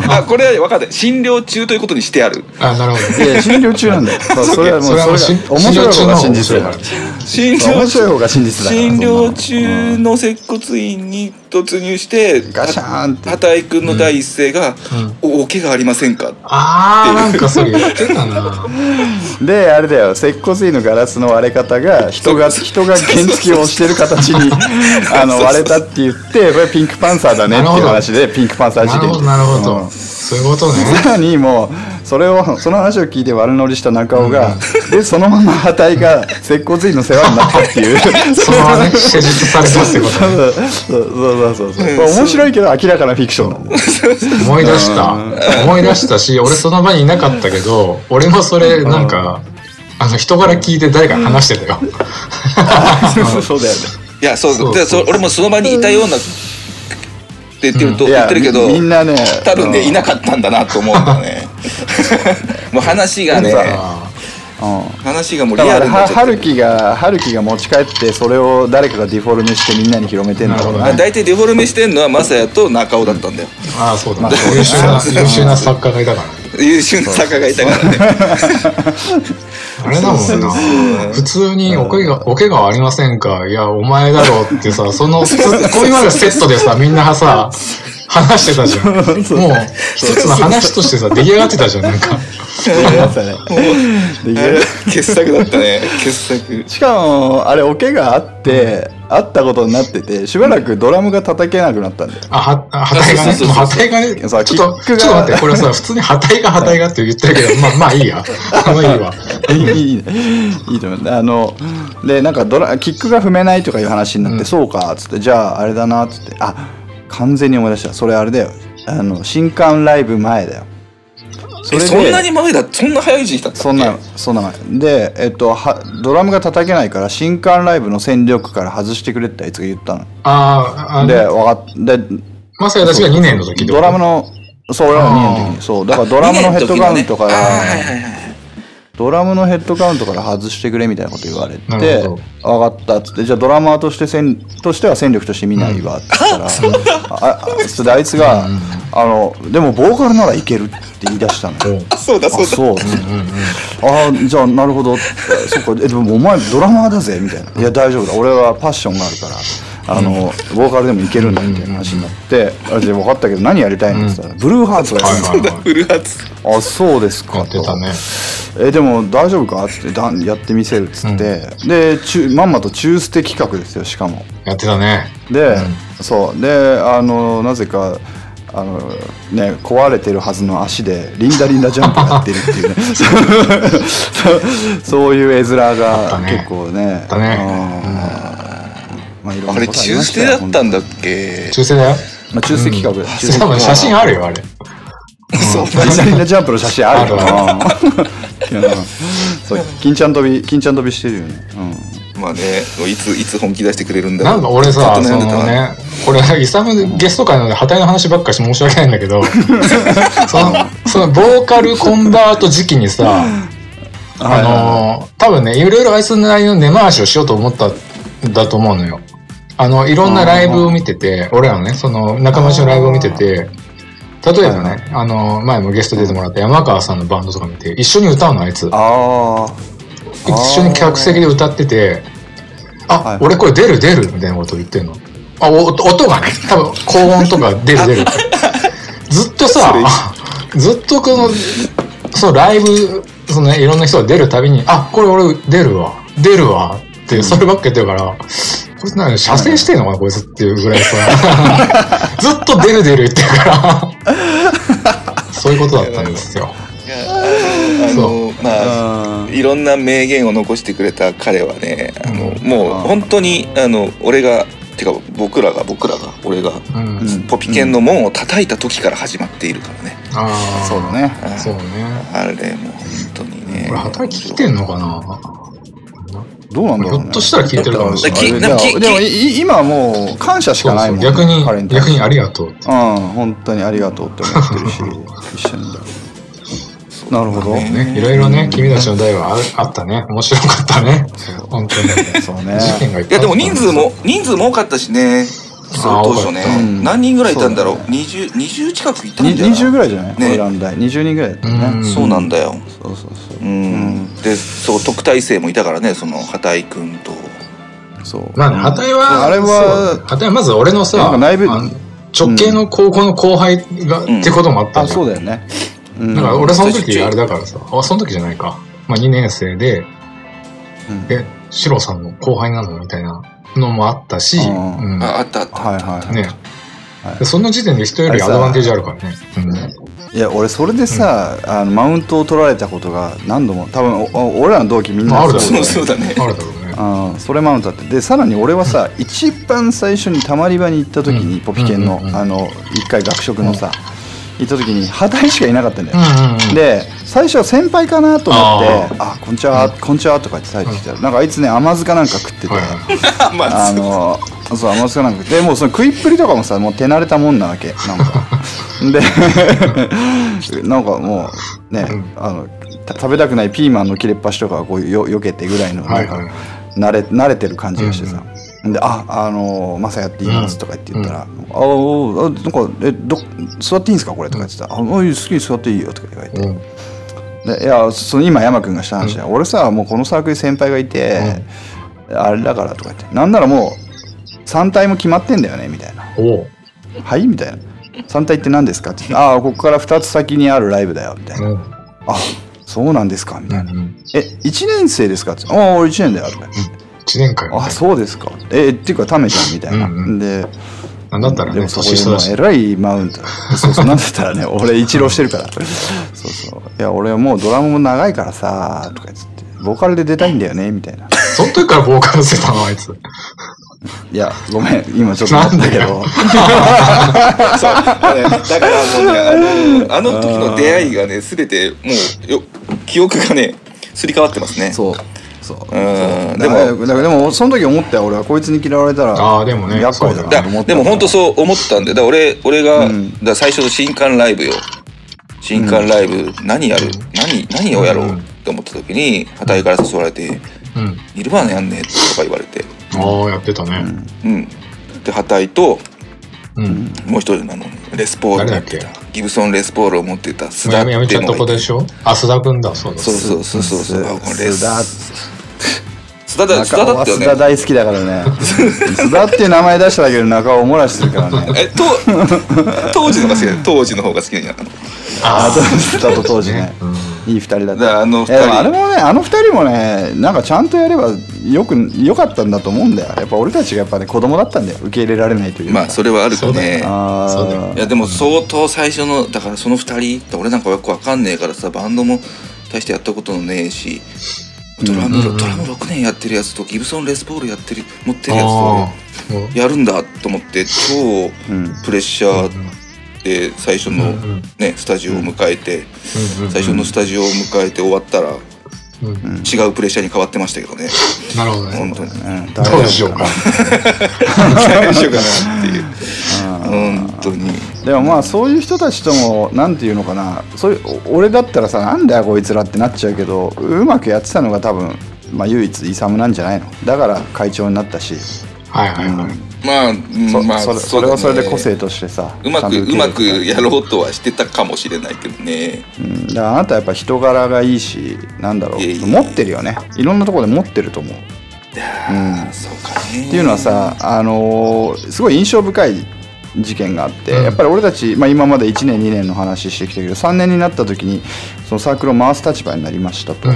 あ、これは分かった。診療中ということにしてある。あなるほどいや診療中なんだよそうそれはもうそれはもうそしれんが面白い方が真実だ診療中の方が面白いかからら診そう面白い療中。方が真実だから診療そんな中のの接骨院に突入して。ガシャーンって畑井君の第一声が、うんお、お怪我ありませんか。あーなんかそれ言って たなであれだよ接骨院のガラスの割れ方が人が人が原付を押してる形にあの割れたって言ってこれピンクパンサーだねっていう話でピンクパンサーな事件るほどなるほうんどそういうことねさらにもうそれをその話を聞いて悪乗りした中尾が、でそのまま畑井が接骨院の世話になったっていうそのままね施術されたってこと ね そうそうそうそうそう、うん面白いけど明らかなフィクションなんだよ思い出した思い出したし俺その場にいなかったけど俺もそれなんかあの人から聞いて誰か話してたよ そうだよねいや、そう、そうでそ俺もその場にいたような。って言ってると、い言ってるけど。みみんなね多分ね、いなくかったんだなと思うんだ よね。もう話がね、あ話がもうだリかアルらになっはちゃっ春てる。樹が春樹が持ち帰ってそれを誰かがディフォルメしてみんなに広めてんだろうなるほどなね大体デフォルメしてんのはマサヤと中尾だった んだよ。ーあーそうだ、まあね、 優秀まなあ優秀な作家がいたからね優秀な坂がいたから ね。あれだもんな普通におけが「おけがはありませんか?」「いやお前だろ」ってさ そのツッコミまでセットでさみんなさ話してたじゃんもう一つの話としてさ出来上がってたじゃんなんかできま したねできあるれ傑作だったね。傑作。しかもあれおけがあって、あったことになっててしばらくドラムが叩けなくなったんだよあはあ畑がねそうそもうそうそうう畑がねちょそっうとちキッょっクとが待ってこれさ普通に畑が畑がって言ってるけどまあまあいいやまあいいわいいいいいいと思うあのでなんかドラキックが踏めないとかいう話になって、うんそうかっつってじゃああれだなっつってあ完全に思い出したそれあれだよあの新刊ライブ前だよそえ、れでそんなに前だそんな早い時期だったっけそんなそんなで、えっと、はドラムが叩けないから新刊ライブの戦力から外してくれってあいつが言ったのあーあででわかっでまさやたちが2年の時ってこドとラムのそう俺らの2年の時にそうだからドラムのヘッドガウンとかあ二年の時のねあーはいはいはいドラムのヘッドカウントから外してくれみたいなこと言われなてるほど分かったっつってじゃあドラマーとして戦としては戦力として見ないわって言ったら、ああそれであいつが、あの「でもボーカルならいける」って言い出したのよ。そうだあそうだ そう、ああじゃあなるほどそっかえでもお前ドラマーだぜみたいな「いや大丈夫だ俺はパッションがあるからあの、ボーカルでもいけるんだ」みたいな話になって「あじゃあ分かったけど何やりたいの?」って言ったら「ブルーハーツがやるんだ」はいはいフルハーツあそうですかやってたねえでも大丈夫かっつってだんやってみせるっつって、で中まんまと中捨て企画ですよしかもやってたねで、そうであのなぜかあのね壊れてるはずの足でリンダリンダジャンプやってるって いうねそうそういう絵面あったがね結構ねあったねうんまあいろんあなれことり中ました捨てよだったんだっけ中世だよまあ中世企画で、中世多企画分写真あるよあれそうリンダリンダジャンプの写真あるよなうん そう金ちゃん飛び金ちゃん飛びしてるよね、うんまあねいついつ本気出してくれるんだろうなんか俺さちょっとそ悩んのでたなねこれイサムゲスト会なので破体の話ばっかして申し訳ないんだけ どそのそのボーカルコンバート時期にさはいはいあのー多分ねいろいろあいつなりの根回しをしようと思ったんだと思うのよあのいろんなライブを見てて俺らのねその仲間内のライブを見てて例えばはいはね、あのー前もゲスト出てもらった山川さんのバンドとか見て一緒に歌うのあいつあ一緒に客席で歌ってて「あ、はい俺これ出る出る」みたいなこと言ってんのあお音がね多分高音とか出る出るって ずっとさ ずっとこのそのライブその、ね、いろんな人が出るたびに「あこれ俺出るわ出るわ」ってそればっか言ってるから、こいつなんか射精してんのかなこいつっていうぐらいさ ずっと出る出る言ってるから そういうことだったんですよ。あのまああいろんな名言を残してくれた彼はねあの、うんもうあー本当にあの俺がてか僕らが僕らが俺がうんうんポピケンの門を叩いた時から始まっているからね、あーそうだねあーそうね。あれもう本当にねこれ働き来てんのかなどうなんだろう、ね、ひょっとしたら聞いてるかもしれなだいからあれきでもいい今はもう感謝しそかうないそも、うん逆に彼に対し逆てにありがとううん本当にありがとうって思ってるし一緒になるほどねいろいろね君たちの代はあるあったね面白かったね本当にそうね事件がいっいぱいあやったでも人数も人数も多かったしねそう当初ね多かったうん何人ぐらいいたんだろうそうだ20 20近くいたんにじゃない20ぐらいじゃないね俺らの代20人ぐらいだったね、うんそうなんだよそうそうそううん、でそう特待生もいたからねその畑井君とそうまあね畑はあれはそう畑はまず俺のなんさか内部あの直系の高校の後輩がんってこともあったあじゃんそうだよね、うん、だから俺その時あれだからさあその時じゃないかまあ2年生でうんえシロさんの後輩なのみたいなのもあったしううんんああったあったはいはいはい、ねはいでその時点で人よりアドバンテージあるからね。いや俺それでさ、あのマウントを取られたことが何度も多分おお俺らの同期みんまあなあるだろそうね。そうそうだねあるだろうね。あーそれマウントだってでさらに俺は さ、一番最初にたまり場に行った時に、うんポピケンの、うんうんうんあの一回学食のさ、行った時に肌井しかいなかったんだうよ、んうんうん。で最初は先輩かなと思って「ああこんちは、こんちは」とか言って帰ってきたら、なんかあいつね甘酢かなんか食ってて、はいはいあまああのそう甘酢かなんか食ってでもうその食いっぷりとかもさもう手慣れたもんなわけなんかでなんかもうね、あのた食べたくないピーマンの切れっ端とかをこうよよけてぐらいのなんか、はいはい慣れ慣れてる感じがしてさ、で「ああのマサヤって言います」とか言って言ったら「あおあなんかえど座っていいんですかこれ」とか言ってたら「あおい好きに座っていいよ」とか言われて。うんでいやその今山君がした話だよ、俺さもうこのサークルに先輩がいて、あれだからとか言ってなんならもう3体も決まってんだよねみたいなおう「はい?」みたいな「3体って何ですか?」って言って「ああここから2つ先にあるライブだよ」みたいうな「んあそうなんですか」みうたいな「ん。え1年生ですか?」って言って「ああ俺1年だよ」とか言って一年会みたあいそうですかえっていうかタメちゃんみたいな、うんでな。なんだったらでね、もそこ年下だしえ。らいマウントそう そうなんだったらね俺一浪してるからそうそういや俺はもうドラムも長いからさとか言ってボーカルで出たいんだよねみたいなその時からボーカルしてたの、あいつ。いやごめん今ちょっと思ったけどそうねだからもうねあのあの時の出会いがね全てもうよ記憶がねすり替わってますねそうそううんででももだからでもその時思ったよ俺はこいつに嫌われたらあーでもね厄介だなだと思ったでも本当そう思ったんでだから俺俺が、うんだから最初の新刊ライブよ新刊ライブ何やる、何何をやろうってと思った時に畑から誘われてうん。 「ニルバーナやんね」とか言われてああ、やってたね。うんで畑とうん。もう一人なのレスポー誰だっルけギブソンレスポールを持ってた須田やってめいやめちゃうんのとこがいでてしょあ、須田くんだ、そうだ。そうそうそうそうそうあこれ須田須田だ須中田尾だっはたよ須ね田大好きだから ね須田っていう名前出しただけで中尾を漏らしてるからねえと当時のが好きだよ当時の方が好き なんじゃないのああと須田と当時ねうんいい二人だっだからたあの二人いやでもあれもねあの二人もねなんかちゃんとやればよくよかったんだと思うんだよやっぱ俺たちがやっぱね子供だったんだよ受け入れられないというかまあそれはあるかねあーそうだよいやでも相当最初のだからその2人俺なんかよくわかんねえからさバンドも大してやったことのねえしドラム、うんうんうんドラム6年やってるやつとギブソンレスポールやってる持ってるやつあーもうとやるんだと思って超うんプレッシャーで最初うんうの、んうんね、スタジオを迎えてうん最初のスタジオを迎えて終わったらうん違うプレッシャーに変わってましたけどねなるほど本ね。当に。うんどうしようか。大丈夫かなっていう本当にでもまあそういう人たちともなんていうのかなそういうお俺だったらさなんだよこいつらってなっちゃうけどうまくやってたのが多分、まあ、唯一イサムなんじゃないのだから会長になったし、はいはいはい。まあ、うんそまあそれうそだれねはそれで個性としてさうまちゃんくと受けう入まれくてやろうとはしてたかもしれないけどねうんだからあなたやっぱ人柄がいいしなんだろういえいえ持ってるよねいろんなところで持ってると思ういやーそうかねっていうのはさ、あのーすごい印象深い事件があって、うんやっぱり俺たち、まあ、今まで1年2年の話してきたけど3年になった時にそのサークルを回す立場になりましたと。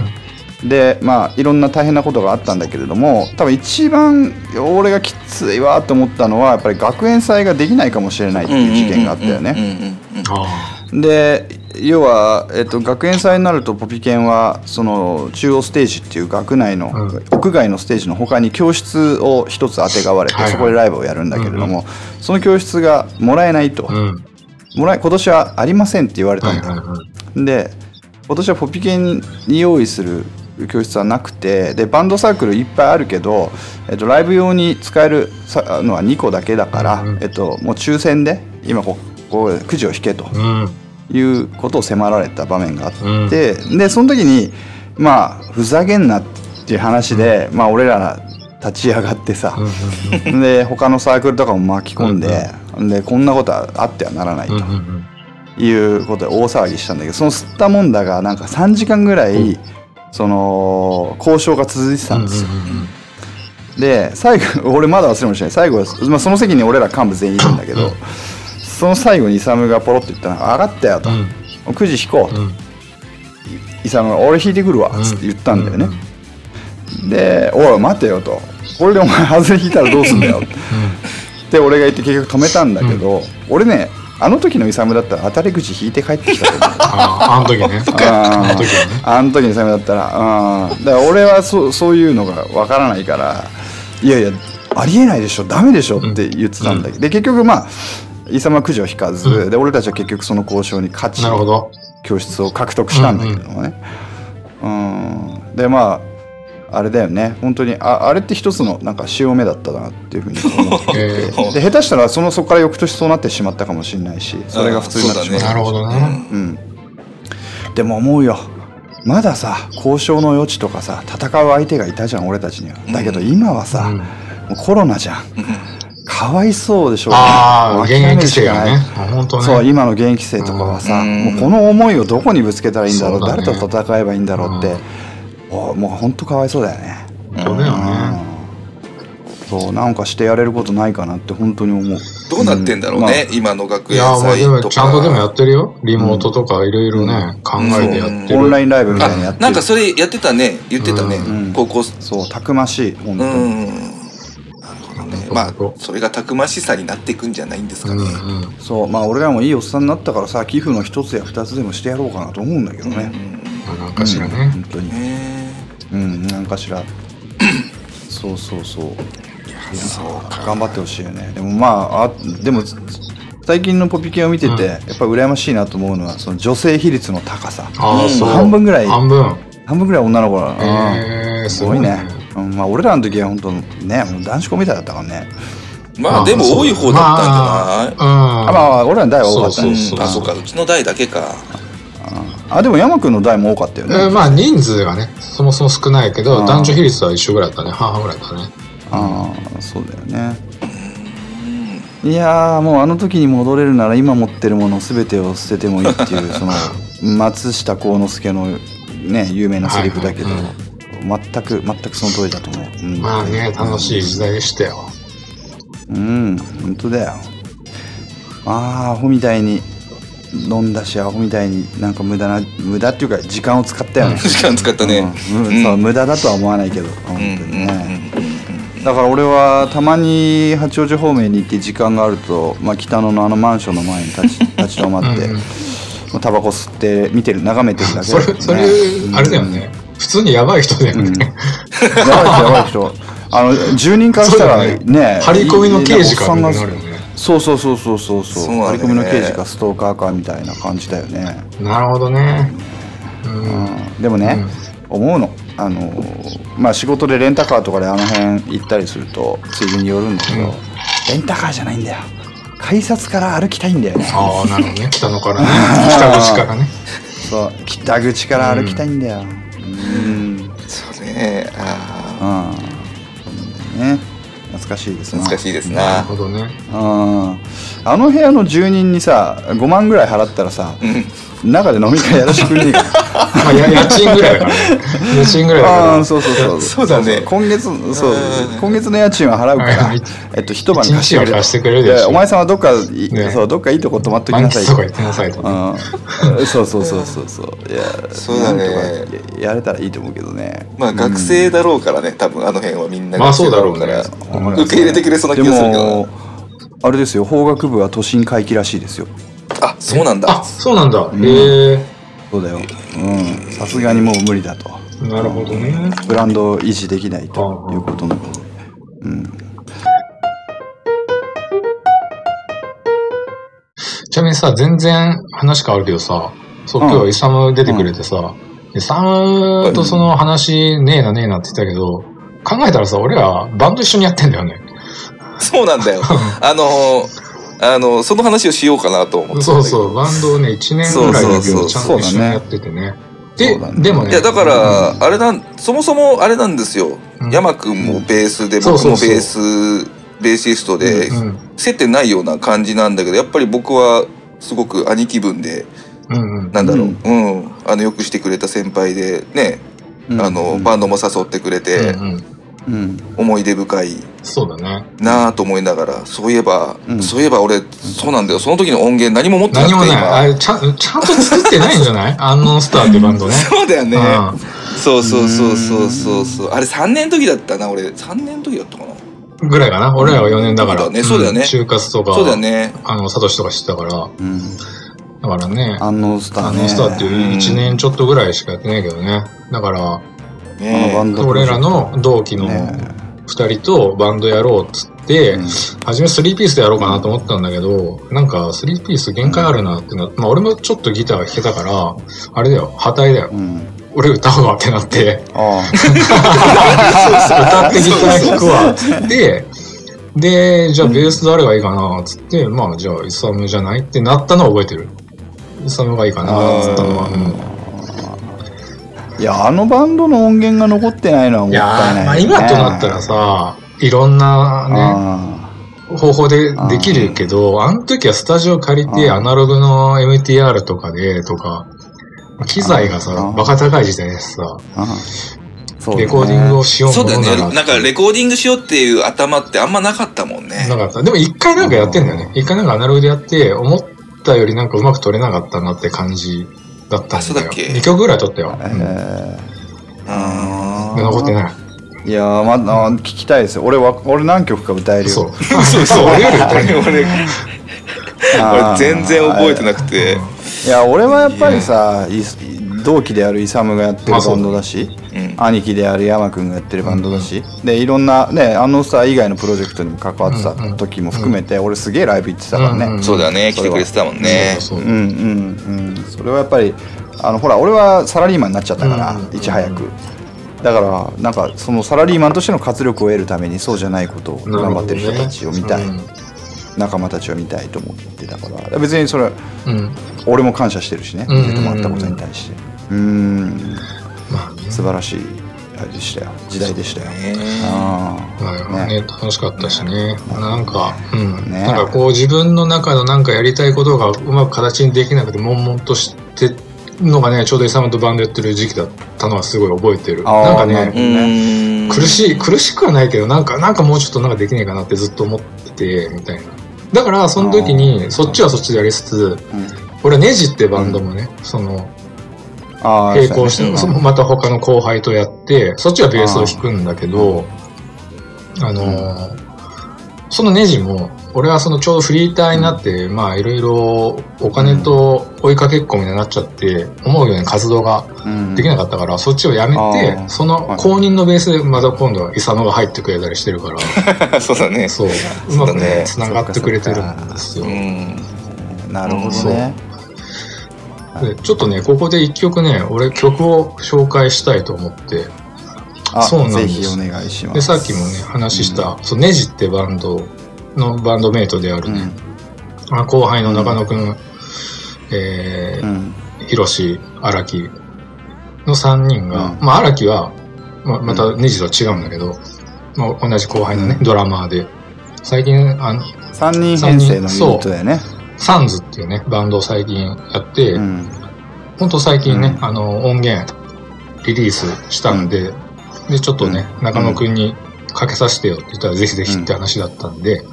でまあ、いろんな大変なことがあったんだけれども多分一番俺がきついわと思ったのはやっぱり学園祭ができないかもしれないっていう事件があったよね。うんうんうんうんあで要は、えっと、学園祭になるとポピケンはその中央ステージっていう学内の、うん屋外のステージの他に教室を一つあてがわれて、はいはいそこでライブをやるんだけれども、その教室がもらえないと、あ。うん。もらえ今年はありませんって言われたはいんはいだ、はい。で今年はポピケンに用意する教室はなくてでバンドサークルいっぱいあるけど、えっと、ライブ用に使えるさのは2個だけだから、うんうんえっと、もう抽選で今こうこうくじを引けと。うん。いうことを迫られた場面があって、でその時にまあふざけんなっていう話で、まあ俺ら立ち上がってさ、で他のサークルとかも巻き込んで、でこんなことはあってはならないうん。うん。ということで大騒ぎしたんだけどその吸ったもんだがなんか3時間ぐらい、その交渉が続いてたんですよ。で最後俺まだ忘れもしない最後、まあ、その席に俺ら幹部全員いるんだけど、うんその最後にイサムがポロって言ったのが「上がったよ」とう「んくじ引こう」とうん。 「イサムが俺引いてくるわ」っつって言ったんだよね、で「おい待てよ」と「これでお前外れ引いたらどうすんだよ」って俺が言って結局止めたんだけど、俺ねあの時のイサムだったら当たり口引いて帰ってきたと思うああ、あの時ね。あの時ね。あの時のサムだったら、うん、だから俺はそそういうのがわからないから、いやいや、ありえないでしょ、ダメでしょって言ってたんだけど、で結局、まあ、イサムはくじを引かず、で俺たちは結局その交渉に勝ちな、るほど。教室を獲得したんだけどもね。うんで、まあ、あれだよね、本当にあ、あれって一つのなんか潮目だったなっていうふうに思ってえーで、下手したらそのそこから翌年そうなってしまったかもしれないし、それが普通になってしまあっーたなるほどね。うん、でも思うよまださ交渉の余地とかさ戦う相手がいたじゃん俺たちにはだけど今はさ、うんもうコロナじゃんかわいそうでしょうがああ、もう現諦め役るし生かがなねい。本当ね。そう今の現役生とかはさ、うんもうこの思いをどこにぶつけたらいいんだろうそうだね誰と戦えばいいんだろうって、おもうほんとかわいそうだよね、そうだよね。うんそうなんかしてやれることないかなって本当に思うどうなってんだろうまあね、今の学い園や、まあ祭でも、とかちゃんとでもやってるよ。リモートとかいろいろね、考えてやってオンる。ラインライブみたいなのやってあなんかそれやってたね言ってたね、うん高校そうたくましい本う当に、んなるほどねまあそれがたくましさになっていくんじゃないんですかうんね、うん。そうまあ俺らもいいおっさんになったからさ寄付の一つや二つでもしてやろうかなと思うんだけどね、なんかしらうんね。本当にねうん何かしら そうそうそうそうか頑張ってほしいよねでもまああでも最近のポピケンを見てて、うんやっぱり羨ましいなと思うのはその女性比率の高さああ、そう。半分ぐらい半分。半分ぐらい女の子なの、うええ、んすすごごいいねね。、うん、まあ俺らの時は本当ねもう男子校みたいだったからねまあでも多い方だったんじゃない、ゃなあまあ俺らの代は多かそうったそねうそうあそうかうちの代だけかああでも山くんの代も多かったよね、えーまあ人数がね、そもそも少ないけあど、ー男女比率は一緒ぐらいだったね。半々ぐらいだったね。ああそうだよねいやーもうあの時に戻れるなら今持ってるもの全てを捨ててもいいって いうその松下幸之助のね有名なセリフだけど、はいはいはい全く全くその通りだと思う、うん、まあね、楽しい時代でしたよ。うん本当だよああアホみたいに飲んだしアホみたいになんか無駄な無駄っていうか時間を使ったよね、 時間使ったねうんうんそう無駄だとは思わないけど本当うんにね、だから俺はたまに八王子方面に行って時間があると、まあ、北野のあのマンションの前に立 ち立ち止まってうんうんまあタバコ吸って見てる眺めてるだけそだれけど、ね、、それ、あれだよね。普通にやばい人だよね。やばい人やばい人あの住人からしたらそうだよねね張り込みの刑事かいいなおっみたさんがいになるよねそうそうそうそうそうそうそうなんだよ張り込ねみの刑事かストーカーかみたいな感じだよね、なるほどね。うん。うんでもね、思うのあのまあ仕事でレンタカーとかであの辺行ったりするとついでに寄るんだけど、うんレンタカーじゃないんだよ改札から歩きたいんだよねああ、なるほどね。北のから ね。北口からね。そう北口から歩きたいんだようんうんそうねあね懐かしいですーな難しいですなるなほどね。うんあの部屋の住人にさ5万ぐらい払ったらさ、中で飲み会やらしてくれねえかまあ、や家賃ぐらいだからね。家賃ぐらいだあかあら。そうそうそうそうだね今月そう今月の家賃は払うからはいえっと一晩貸してく一日れは貸してくれるでしょいやお前さんはどっかいねそうどっかいいとこ泊まっとき満なさい喫とか言ってなさいと。うんそうそうそうそうそういやそうだねなんとかやれたらいいと思うけどねまあ学生だろうからね多分あの辺はみんなまあ学生からそうだうん受け入れてくれそうな気がするけでどもあれですよ法学部は都心回帰らしいですよあそうなんだあ、そうなんだ。へえ。そうだようんさすがにもう無理だとなるほどね。ブランドを維持できないということなのでちなみにさ、全然話変わるけどさ、そう、うん今日イサム出てくれてさ、イサムとその話ねえなねえなって言ってたけど、考えたらさ、俺らバンド一緒にやってんだよね。 そうなん だよあのーあのーその話をしようかなと思ってそうそう、バンドをね、1年ぐらいだけど、ちゃんと一緒にやっててね。でそうだね、でもね。いやだかうん、らあれなんそもそもあれなんですよ、うん山くんもベースで、そう僕そうもそうベースベーシストで、うん接点ないような感じなんだけどやっぱり僕はすごく兄貴分でうんうん。なんだろう、ううんあのよくしてくれた先輩でね、うんあのバンドも誘ってくれて、うんうんうん思い出深いそうだね。なぁと思いながらそういえば、うんそういえば俺そうなんだよその時の音源何も持ってなく何もてない。今あれちゃん、ちゃんと作ってないんじゃない アンノンスターってバンドね。そうだよね、うんそうそうそうそうそうそうあれ3年の時だったな俺3年の時だったかなぐらいかな俺らは4年だから。そうだねそうだよねん就活とか、そうだよねあの、サトシとかしてたから。うんだからね、安納スタあーねのスターってうんいう1年ちょっとぐらいしかやってないけどね。だから、あのバねンド俺らの同期のね2人とバンドやろうっつうって、ん初め3ピースでやろうかなと思ったんだけど、なんか3ピース限界あるなってな、まあ俺もちょっとギターが弾けたから、あれだよ、破体だよ。うん俺歌うわってなって。 あ歌ってギター弾くわっつってでじゃあベース誰がいいかなっつって、まあじゃあイサムじゃないってなったのは覚えてるイサムがいいかなっつったのは、うんあいやあのバンドの音源が残ってないのはもっいやたいー、まなあ、いよね、今となったらさいろんなあね方法でできるけどあの時はスタジオ借りてあーアナログの MTR とかでとか機材がさあーバカ高い時代でさーあーそうだねレコーディングをしようそうだよねらなんかレコーディングしようっていう頭ってあんまなかったもんねなかった。でも一回なんかやってんだよね。一回なんかアナログでやって、思ったよりなんかうまく撮れなかったなって感じだったんだよ。あそうだっけ2曲ぐらい撮ったよ。うんでえうん残ってない。ーいやーまだ聞きたいですよ俺は俺何曲か歌えるよ そう。 そう、俺より撮れない。俺あー俺全然覚えてなくていや俺はやっぱりさい同期であるイサムがやってるまあそうバだンドだし、うん兄貴である山君がやってるバンドだし、でいろんなねあのスター以外のプロジェクトにも関わってた時も含めて、俺すげえライブ行ってたからね、うんそうだよね来てくれてたもん ねそうそうんううんうんそれはやっぱりあのほら俺はサラリーマンになっちゃったから、うんうんいち早くだからなんかそのサラリーマンとしての活力を得るためにそうじゃないことをなる頑ほ張っどてねる人たちを見たい、うん仲間たちを見たいと思ってたから別にそれうん。俺も感謝してるしねうんうんうん入れてもらったことに対してうんまあね。素晴らしいあれでしたよ時代でしたよ、ねあまあね、楽しかったしね。なんか、うん。ねなんかこう自分の中のなんかやりたいことがうまく形にできなくて、悶々としてるのがね、ちょうどイサムとバンドやってる時期だったのはすごい覚えてる。あーなんかなるほね、どうん苦しい、苦しくはないけど、なんか、なんかもうちょっとなんかできねえかなってずっと思ってて、みたいな。だから、その時に、そっちはそっちでやりつつ、ーうん俺はネジってバンドもね、その、あー並行しそうやて、ねそのまた他の後輩とやって、そっちはベースを弾くんだけど、あのーそのネジも、俺はそのちょうどフリーターになって、まあいろいろお金と追いかけっこみたいになっちゃって、思うように活動がうんできなかったから、そっちをやめあーて、その公認のベースでまた今度はイサノが入ってくれたりしてるから、 そうだねそう、ううまだくねね、繋がってくれてるんですよう。んなるほどそうねでちょっとね、ここで一曲ね、俺曲を紹介したいと思って、あそうなんぜですひお願いしますでさっきもね話した、そうネジってバンドのバンドメイトであるうね、んあ後輩の中野くん、えうーんヒロシ荒木の3人が、うんまあ荒木は、まあ、またネジとは違うんだけど、まあ、同じ後輩のね、うんドラマーで最近あの3人編成のユニットだよねサンズっていうねバンドを最近やって、うんほんと最近ね、うんあの音源リリースしたんで、でちょっとね、中野くんにかけさせてよって言ったらぜひぜひって話だったんで、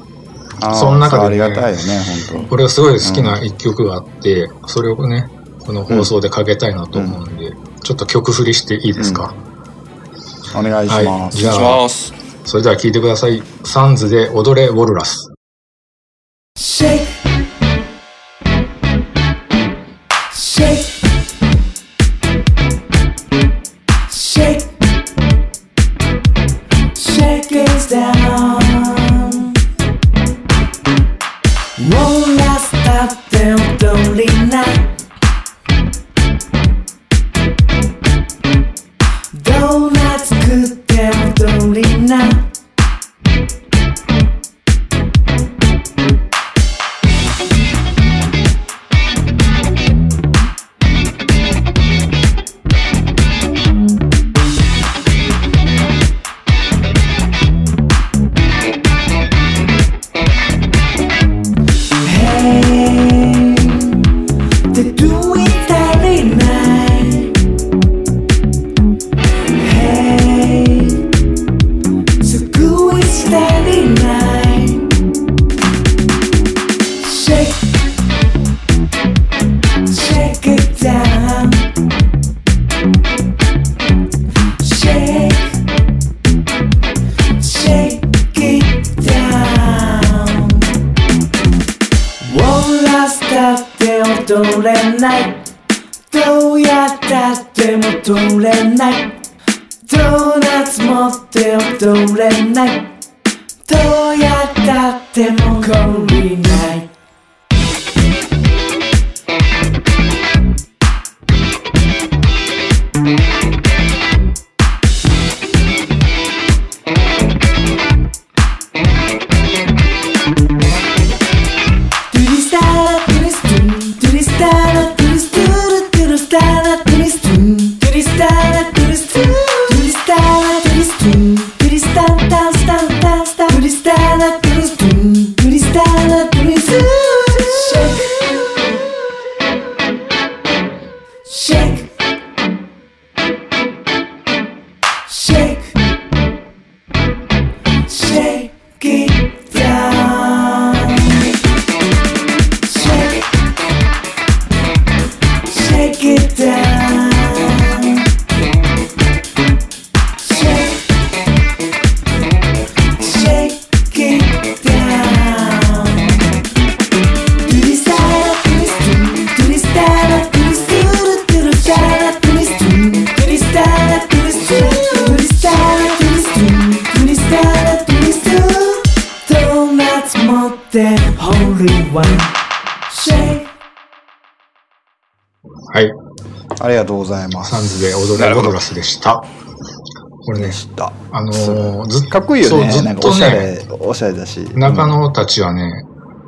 あーその中でねそうありがたいよね本俺はすごい好きな一曲があって、それをね、この放送でかけたいなと思うんで、ちょっと曲振りしていいですか、当お願いしまはい。すじゃしあ、ますそれでは聴いてください。サンズで踊れウォルラス。 Shake. Shake. Shake. Shake is down. Won't last up till lonely night. Donuts good damn lonely night. Hey, they do it every night. Hey, so do it every night. Shake, shake it down. Shake, shake it down. Won't last that they will do it night. Do ya that they will do it night. Donuts more they will do it night. Do ya that they will go night. Shake. Shake. Shake it down. Shake, shake it down. Shake, shake it down. Do this da da, do this do, do this da da, do this do do do do da da, do this do, do this da da, do this do, do this da da, do this do, do this da da, do this do. Donuts more than holy wine. Shake. はい。ありがとうございますサンズで踊なれるウほォどルラスでした。これねで、したあのーずっかっこいいよねそうずなっんかおとしゃれね、おしゃれだし中野たちはね、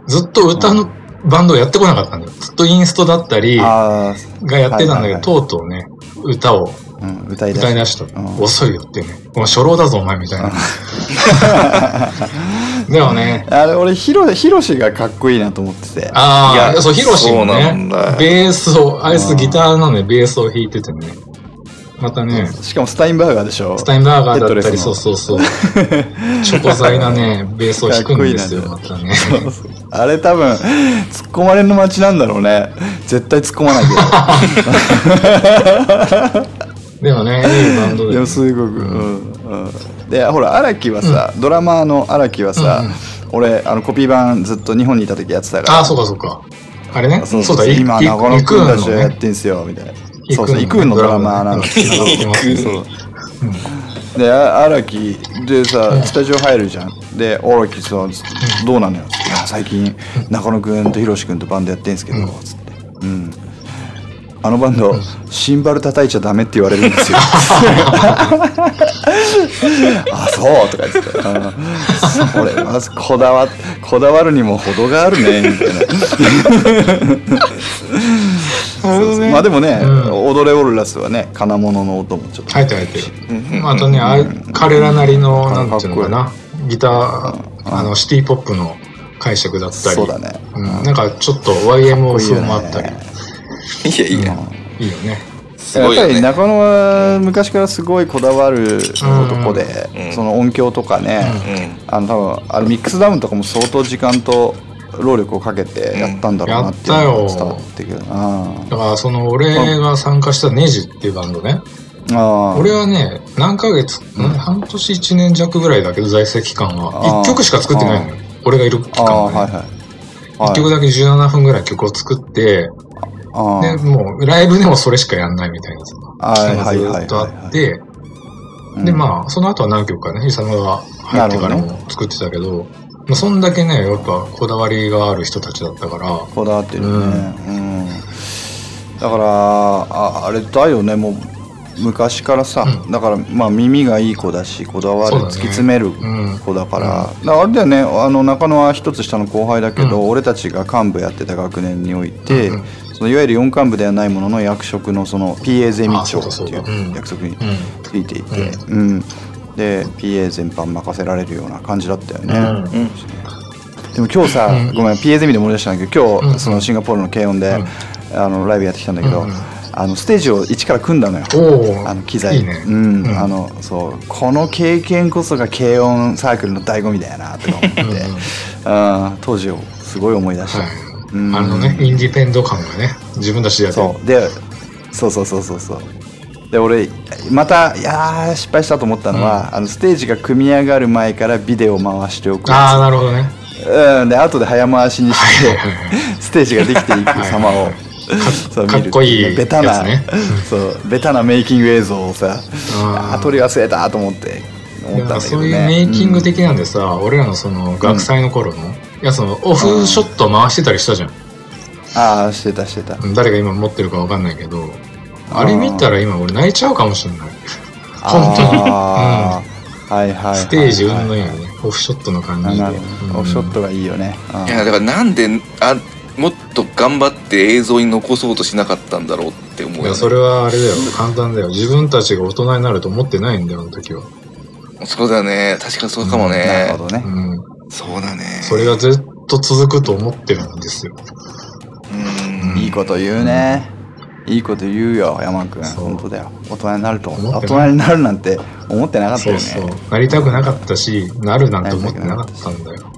ずっと歌のバンドをやってこなかったんだよ。ずっとインストだったりがあやってたんだけど、はいはいはいとうとうね、歌をあ、うん、歌いだ歌いし出した。うん遅いよってね。もう初老だぞ、お前みたいな。でもね、あれ俺ヒロヒロシがかっこいいなと思っててあいやあ、そう、ヒロシもそうなんねだよ、ベースを、あいつギターなのでベースを弾いててね。またね、しかもスタインバーガーでしょスタインバーガーテだッドっレたスり、のそうそうそう。チョコ材なね、ベースを弾くんですよ、かまたね。 あれ多分突っ込まれの街なんだろうね絶対突っ込まない けでもね、いいバンドどででもね。すごくうんうんでほら荒木はさ、ドラマーの荒木はさ、俺あのコピー版ずっと日本にいた時やってたからああ、そうかそうか。あれね、そうだ、い今い中野行くくんんたのちをやっね。てんすよみたいな行くそうそう行くんのドラマーなんだけどであ荒木でさスタジオ入るじゃんで荒木さつってどうなのよつっていや最近中野くんとひろしくんとバンドやってんすけどつってうんあのバンドシンバル叩いちゃダメって言われるんです よあそうとか言っててうんそれまずこだわこだわるにも程があるねみたいなまあでもね、踊れオルラスはね金物の音もちょっと入って入ってる。またね、あれ彼らなりの、うんなんていうのかな、ギター、あの、シティポップの解釈だったり。そうだねうんなんかちょっと YMO いいよ風ねもあったり。いやいや、いいよね。すやごっいぱよりね。中野は昔からすごいこだわる男で、その音響とかね、あの多分あれミックスダウンとかも相当時間と労力をかけてやったんだろうなっていうのが伝わってくる、あだからその俺が参加したネジっていうバンドね。あ俺はね、何ヶ月、ん半年1年弱ぐらいだけど、在籍期間あは。ー1曲しか作ってないのよ。俺がいる期ああ間はね。はいはい1曲だけ17分ぐらい曲を作って、あで、もうライブでもそれしかやんないみたいなは期い間はいがはずいっとあって、で、まあ、その後は何曲かね、勇が入ってからも作ってたけど、まあ、そんだけね、やっぱこだわりがある人たちだったから、こだわってるよね、うんだからああれだよねもう昔からさ、だからまあ耳がいい子だしこだわるそうだ突きね詰めるうん子だから,、だからあれだよねあの中野は一つ下の後輩だけど、俺たちが幹部やってた学年において、そのいわゆる4幹部ではないものの役職のその PA ゼミあ長そうってだそうだいううん役職にうんついていて、うんで PA 全般任せられるような感じだったよね。うんでも今日さ、ごめん PA ゼミで思い出したんだけど今日、そのシンガポールの軽音で、あのライブやってきたんだけど、あのステージを一から組んだのよ。おおあの機材いいね。うんあのそうこの経験こそが軽音サークルの醍醐味だよなとか思って、うん、当時をすごい思い出した、はいうんあのね、インディペンド感がね、自分たちでやってるそうでそうそうそうそうそうで俺またいやー失敗したと思ったのは、あのステージが組み上がる前からビデオ回しておくやつああ、なるほどね。うん、で後で早回しにしはていはいはステージができていく様を そうかっこいいベタな、やつねそうベタなメイキング映像をさあーあ撮り忘れたと思って思っでたんもださけどそういうメねイキング的なんでさ、俺らのその学祭の頃の、いやそのオフショット回してたりしたじゃん。ああしてたしてた誰が今持ってるかわかんないけど、あれ見たら今俺泣いちゃうかもしれない。ああ、はいはいはいはいステージ運のいいよね。オフショットの感あじで。なるほどオフショットがいいよねうんいやだからなんであもっと頑張って映像に残そうとしなかったんだろうって思ういよ、ね、やそれはあれだよ簡単だよ自分たちが大人になると思ってないんだよあの時は、そうだね確かにそうかもなるねほどねうん、そうだねそれがずっと続くと思ってるんですようんいいこと言うねいいこと言うよ山君本当だよ大人になると思大ってな人いになるなんて思ってなかったそよねうそうなりたくなかったしなるなんて思ってなかったんだよ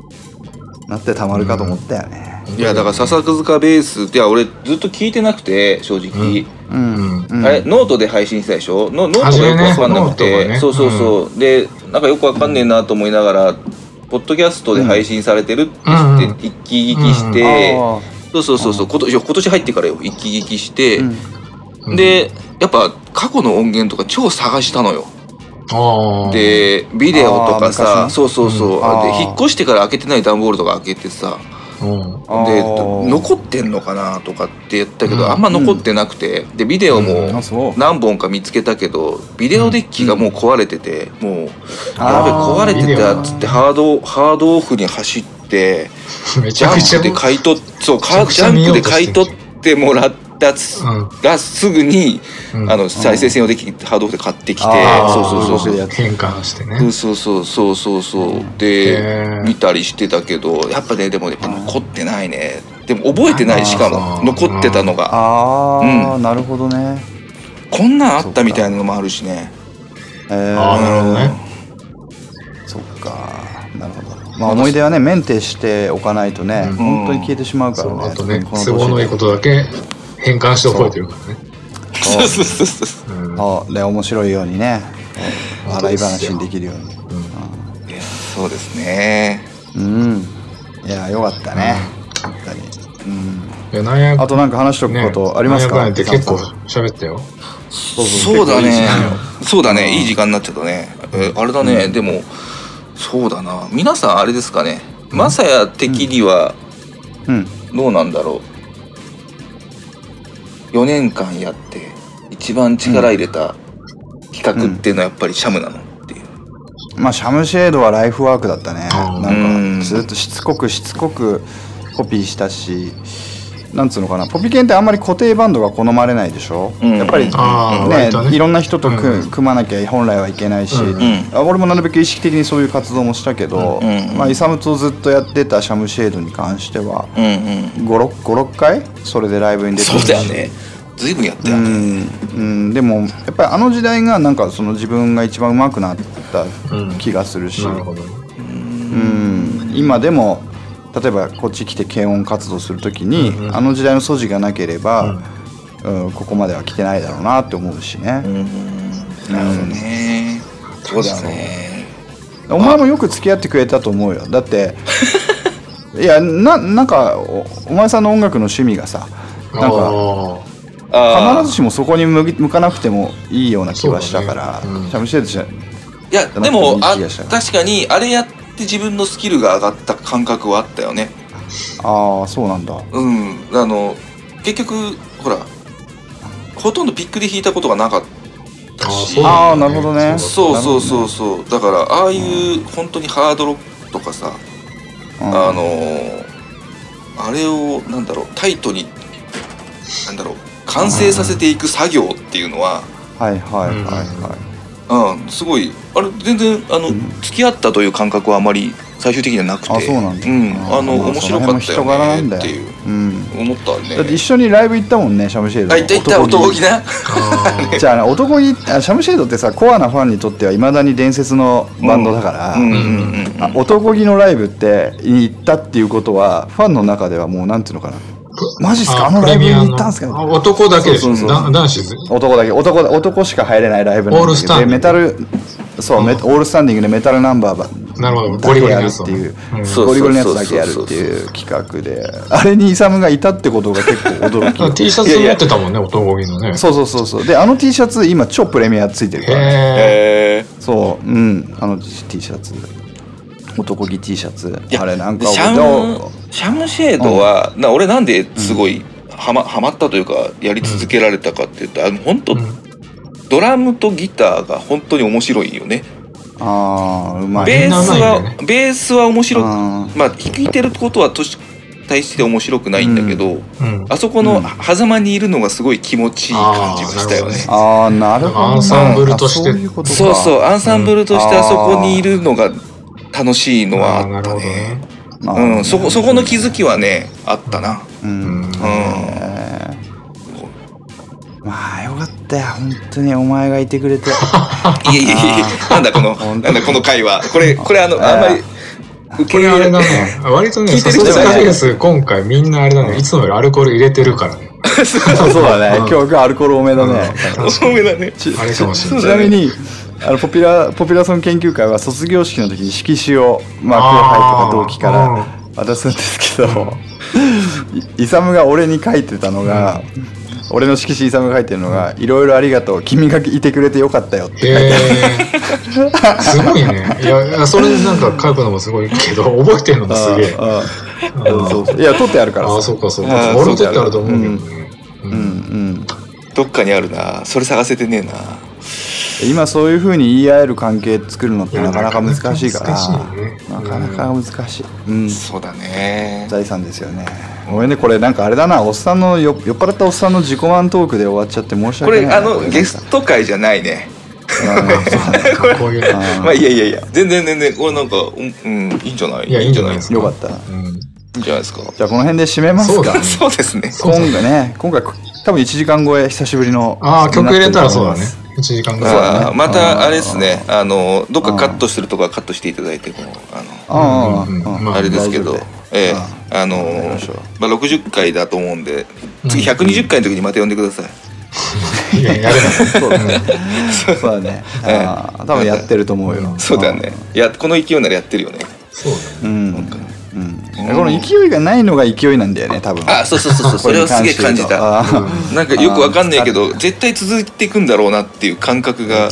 なってたまるかと思ったよねいやだから笹塚ベースいや俺ずっと聞いてなくて正直、うんうんうんあれノートで配信したでしょノノート初がめよねくわかんなくノーて、トがねそうそうそう、でなんかよくわかんねえなと思いながらポッドキャストで配信されてるってうん言って一気聞きして、あそうそうそうそうこといや今年入ってからよ一気聞きして、うんでやっぱ過去の音源とか超探したのよああでビデオとかあー昔のさそうそうそう、うんあーで引っ越してから開けてない段ボールとか開けてさうんあでー残ってんのかなとかって言ったけど、うんあんま残ってなくてでビデオもあそう何本か見つけたけどビデオデッキがもう壊れてて、もうやべあー壊れてたっつってハードハードオフに走っって、めちジゃャくちゃンプで買い取っ、そう、ちゃかくジちゃャ見ンよプうでとして買い取ってもらったつうんがすぐに、うんあの、再生専用でき、ハードオフで買ってきて、あーそうそうそうそう。そう変換してねうん、そうそうそうそうそうへでー見たりしてたけどやっぱねでもやっぱ残ってないねでも覚えてないしかあもー残ってたのがああ、うなるほどねこんなんあったみたいなのもあるしねえーああなるほどねそっかなるほどまあ思い出はねメンテしておかないとね、うん本当に消えてしまうかそらうねあとね特にこの年都合のいいことだけ変換して覚えてるからねそうそうそうそううんそうで面白いようにね笑い話にできるようにいやそうですねうんいやよかったね、本当にいやなんやあとなんか話しとくねことありますか、なんやかんやって結構さんさん喋ったよそうそうそうだねそうだねいい時間になっちゃったねえあれだねでもそうだな皆さんあれですかねマサヤ的にはうんどうなんだろう4年間やって一番力入れた企画っていうのはやっぱりシャムなのっていうまあシャムシェードはライフワークだったねうんなんかずっとしつこくしつこくコピーしたしなんつうのかなポピケンってあんまり固定バンドが好まれないでしょ、うんやっぱりああね割とねいろんな人と組,、うん組まなきゃ本来はいけないし、うんあ俺もなるべく意識的にそういう活動もしたけど、うんうんうんまあ、イサムとずっとやってたシャムシェードに関してはうんうん56回それでライブに出てそるうだよねずいぶんやったようねん、うん、でもやっぱりあの時代がなんかその自分が一番上手くなった気がするし、なるほどうん、今でも例えばこっち来て軽音活動するときに、うんうんあの時代の素地がなければ、うんここまでは来てないだろうなって思うしね、なるほどねそうだよねお前もよく付き合ってくれたと思うよだっていやななんかおお前さんの音楽の趣味がさなんかああ必ずしもそこに向き向かなくてもいいような気はしたから、そうだねうんシャムシェードじゃーいやでもあいい気がしたな確かにあれやって自分のスキルが上がった感覚はあったよねああそうなんだうんあの結局ほらほとんどピックで弾いたことがなかったしそうああなるほどねそうそうなそうるそう、だからああいう本当にハードロックとかさ、ほどねあのーあれをなんだろうタイトになんだろう完成させていく作業っていうのは、はいはいはいはい、うん、すごいあれ全然あの、付き合ったという感覚はあまり最終的にはなくてあそうなんだうん、あのまあ面白かったその辺も人柄なよんだねっよていううん思っただってね一緒にライブ行ったもんねシャムシェードあいったいった男気なあじゃあね男気あシャムシェードってさコアなファンにとってはいまだに伝説のバンドだから、うんうんうんあ男気のライブってに行ったっていうことはファンの中ではもうなんていうのかな マジっすかあのライブに行ったんすかあ男だけでしょそうそうそうな男子で男だけ男だ男しか入れないライブなんだけどオールスタンディングでメタルそう、メオールスタンディングでメタルナンバーばなるほどだゴけリゴリやるのっやつをていううんゴリゴリのやつだけやるっていう企画であれにイサムがいたってことが結構驚 きだから T シャツ持ってたもんね男気のねそうそうそうそうであの T シャツ今超プレミアついてるからへえへーそううんあの T シャツ男気 T シャツいやあれなんかシャムシャムシェードは、な俺なんですごいハマ、ハマったというかやり続けられたかっていうとあの本当、ドラムとギターが本当に面白いよね。ああうまいベースみんなうは、まいんだよベースは面白いあまあ弾いてることはとし対して面白くないんだけど、うんあそこうのん狭間にいるのがすごい気持ちいい感じがしたよね。ああーなるほどアンサンブルとしてあそういうことかそうそうアンサンブルとしてうんあそこにいるのが楽しいのはあーあなるったほどね。ねなるほどうねん、そこそこの気づきはねあったな。うん、うんえーまあよかったよ本当にお前がいてく れていやいやいやあ、なんだこの、ほなんんとだこの会話。これ、これあの、あんまり、受こけれあ入れれだない。ね割とね聞いてるサ人じスゃないカベース今回みんなあれだねいつもよりアルコール入れてるからねそうだね今うん日今日アルコール多めだね、多めだね。ちあれかもしれないちなみにあのポピュラーポピュラソン研究会は卒業式の時に色紙を、まあ、後輩あーとか同期から渡すんですけど、いイサムが俺に書いてたのが、俺の色紙イサムが書いてるのが「いろいろありがとう君がいてくれてよかったよ」ってへえすごいねいやいやそれなんか書くのもすごいけど覚えてるのもすげえああそうそういや取ってあるからああさそうかそうあかー俺も取ってあると思うけどねううんんうんどっかにあるな。それ探せてねえな。今そういうふうに言い合える関係作るのってなかなか難しいからなかなか難しいねなかなか難しい、うん、そうだね財産ですよねごめんねこれなんかあれだなおっさんのよ酔っ払ったおっさんの自己満トークで終わっちゃって申しこ訳れないあなのゲスト会じゃないねこういうの。まあいやいやいや全然全然これなんかうんうんいいんじゃないいや、いいんじゃないですうんか。よかったうん。いいんじゃないですかじゃあこの辺で締めますそうかだね。 そうですね今回ね今回多分1時間超え久しぶりのああ、曲入れたらそうだねになってると思います。 1時間ぐらい。まあまたあれですねあのどっかカットしてるとこはカットしていただいてこのああのうんうんうんあまあれですけど大丈夫で、ええあのりましょうまあ、60回だと思うんでうん次120回の時にまた呼んでください、いや、やれない。そうだ ね。そうだね。あー多分やってると思うよ。そうだねいやこの勢いならやってるよねそうだあー。うん。うん、この勢いがないのが勢いなんだよね、多分。あそうそうそう そうそれをすげえこれ感にじ関して言うとたあーなんかよくわかんないけど絶対続いていくんだろうなっていう感覚が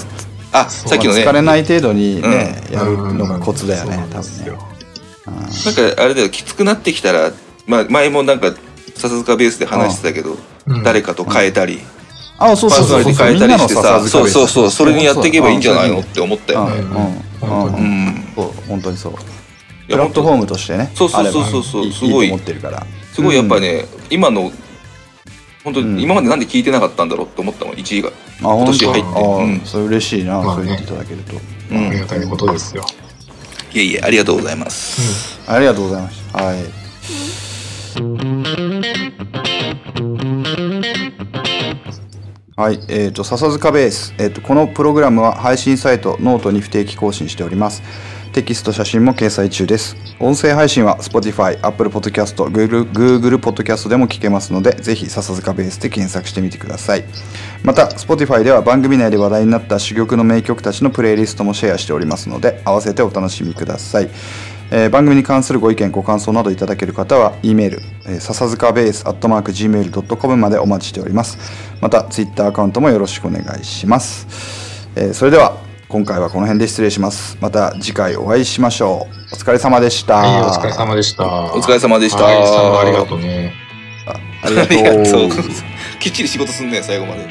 あさっきのね疲なれんかない程度にね、ね。やるのがコツだよねう、ん多そう分なんですねよ。あれだよきつくなってきたら、まあ、前もなんか笹塚ベースで話してたけどうん誰かと変えたり、あ、そうパそーうソそナうリそテう。ィ変えたりしてみさんなの笹塚そうベースそうそうそれにやっていけばいいんじゃないのって思ったうよんうねんうんうん、うんうん本当にそう。いプやラットフォームとしてね、そうそうそうそうそうあればすごいいと思ってるから。すごいやっぱね、今の本当うんに今までなんで聞いてなかったんだろうって思ったの1位があ、本当年入あってうんーそれ嬉しいな、まあそねう言っていただけると。うあんりいがたいことですよ。えいえありがとうございます、ありがとうございました。はい。はい、えー、と笹塚ベース、えーと、このプログラムは配信サイトノートに不定期更新しておりますテキスト写真も掲載中です音声配信は Spotify、Apple Podcast、Google, Google Podcast でも聞けますのでぜひ笹塚ベースで検索してみてくださいまた Spotify では番組内で話題になった珠玉の名曲たちのプレイリストもシェアしておりますので合わせてお楽しみくださいえー番組に関するご意見ご感想などいただける方は E メール、えー、笹塚ベース gmail.com までお待ちしておりますまた Twitter アカウントもよろしくお願いします、えーそれでは今回はこの辺で失礼しますまた次回お会いしましょうお疲れ様でした、はい、お疲れ様でした。おお疲れ様でしたはい、サムありがとうね。あり あがとりがとううきっちり仕事すんね最後まで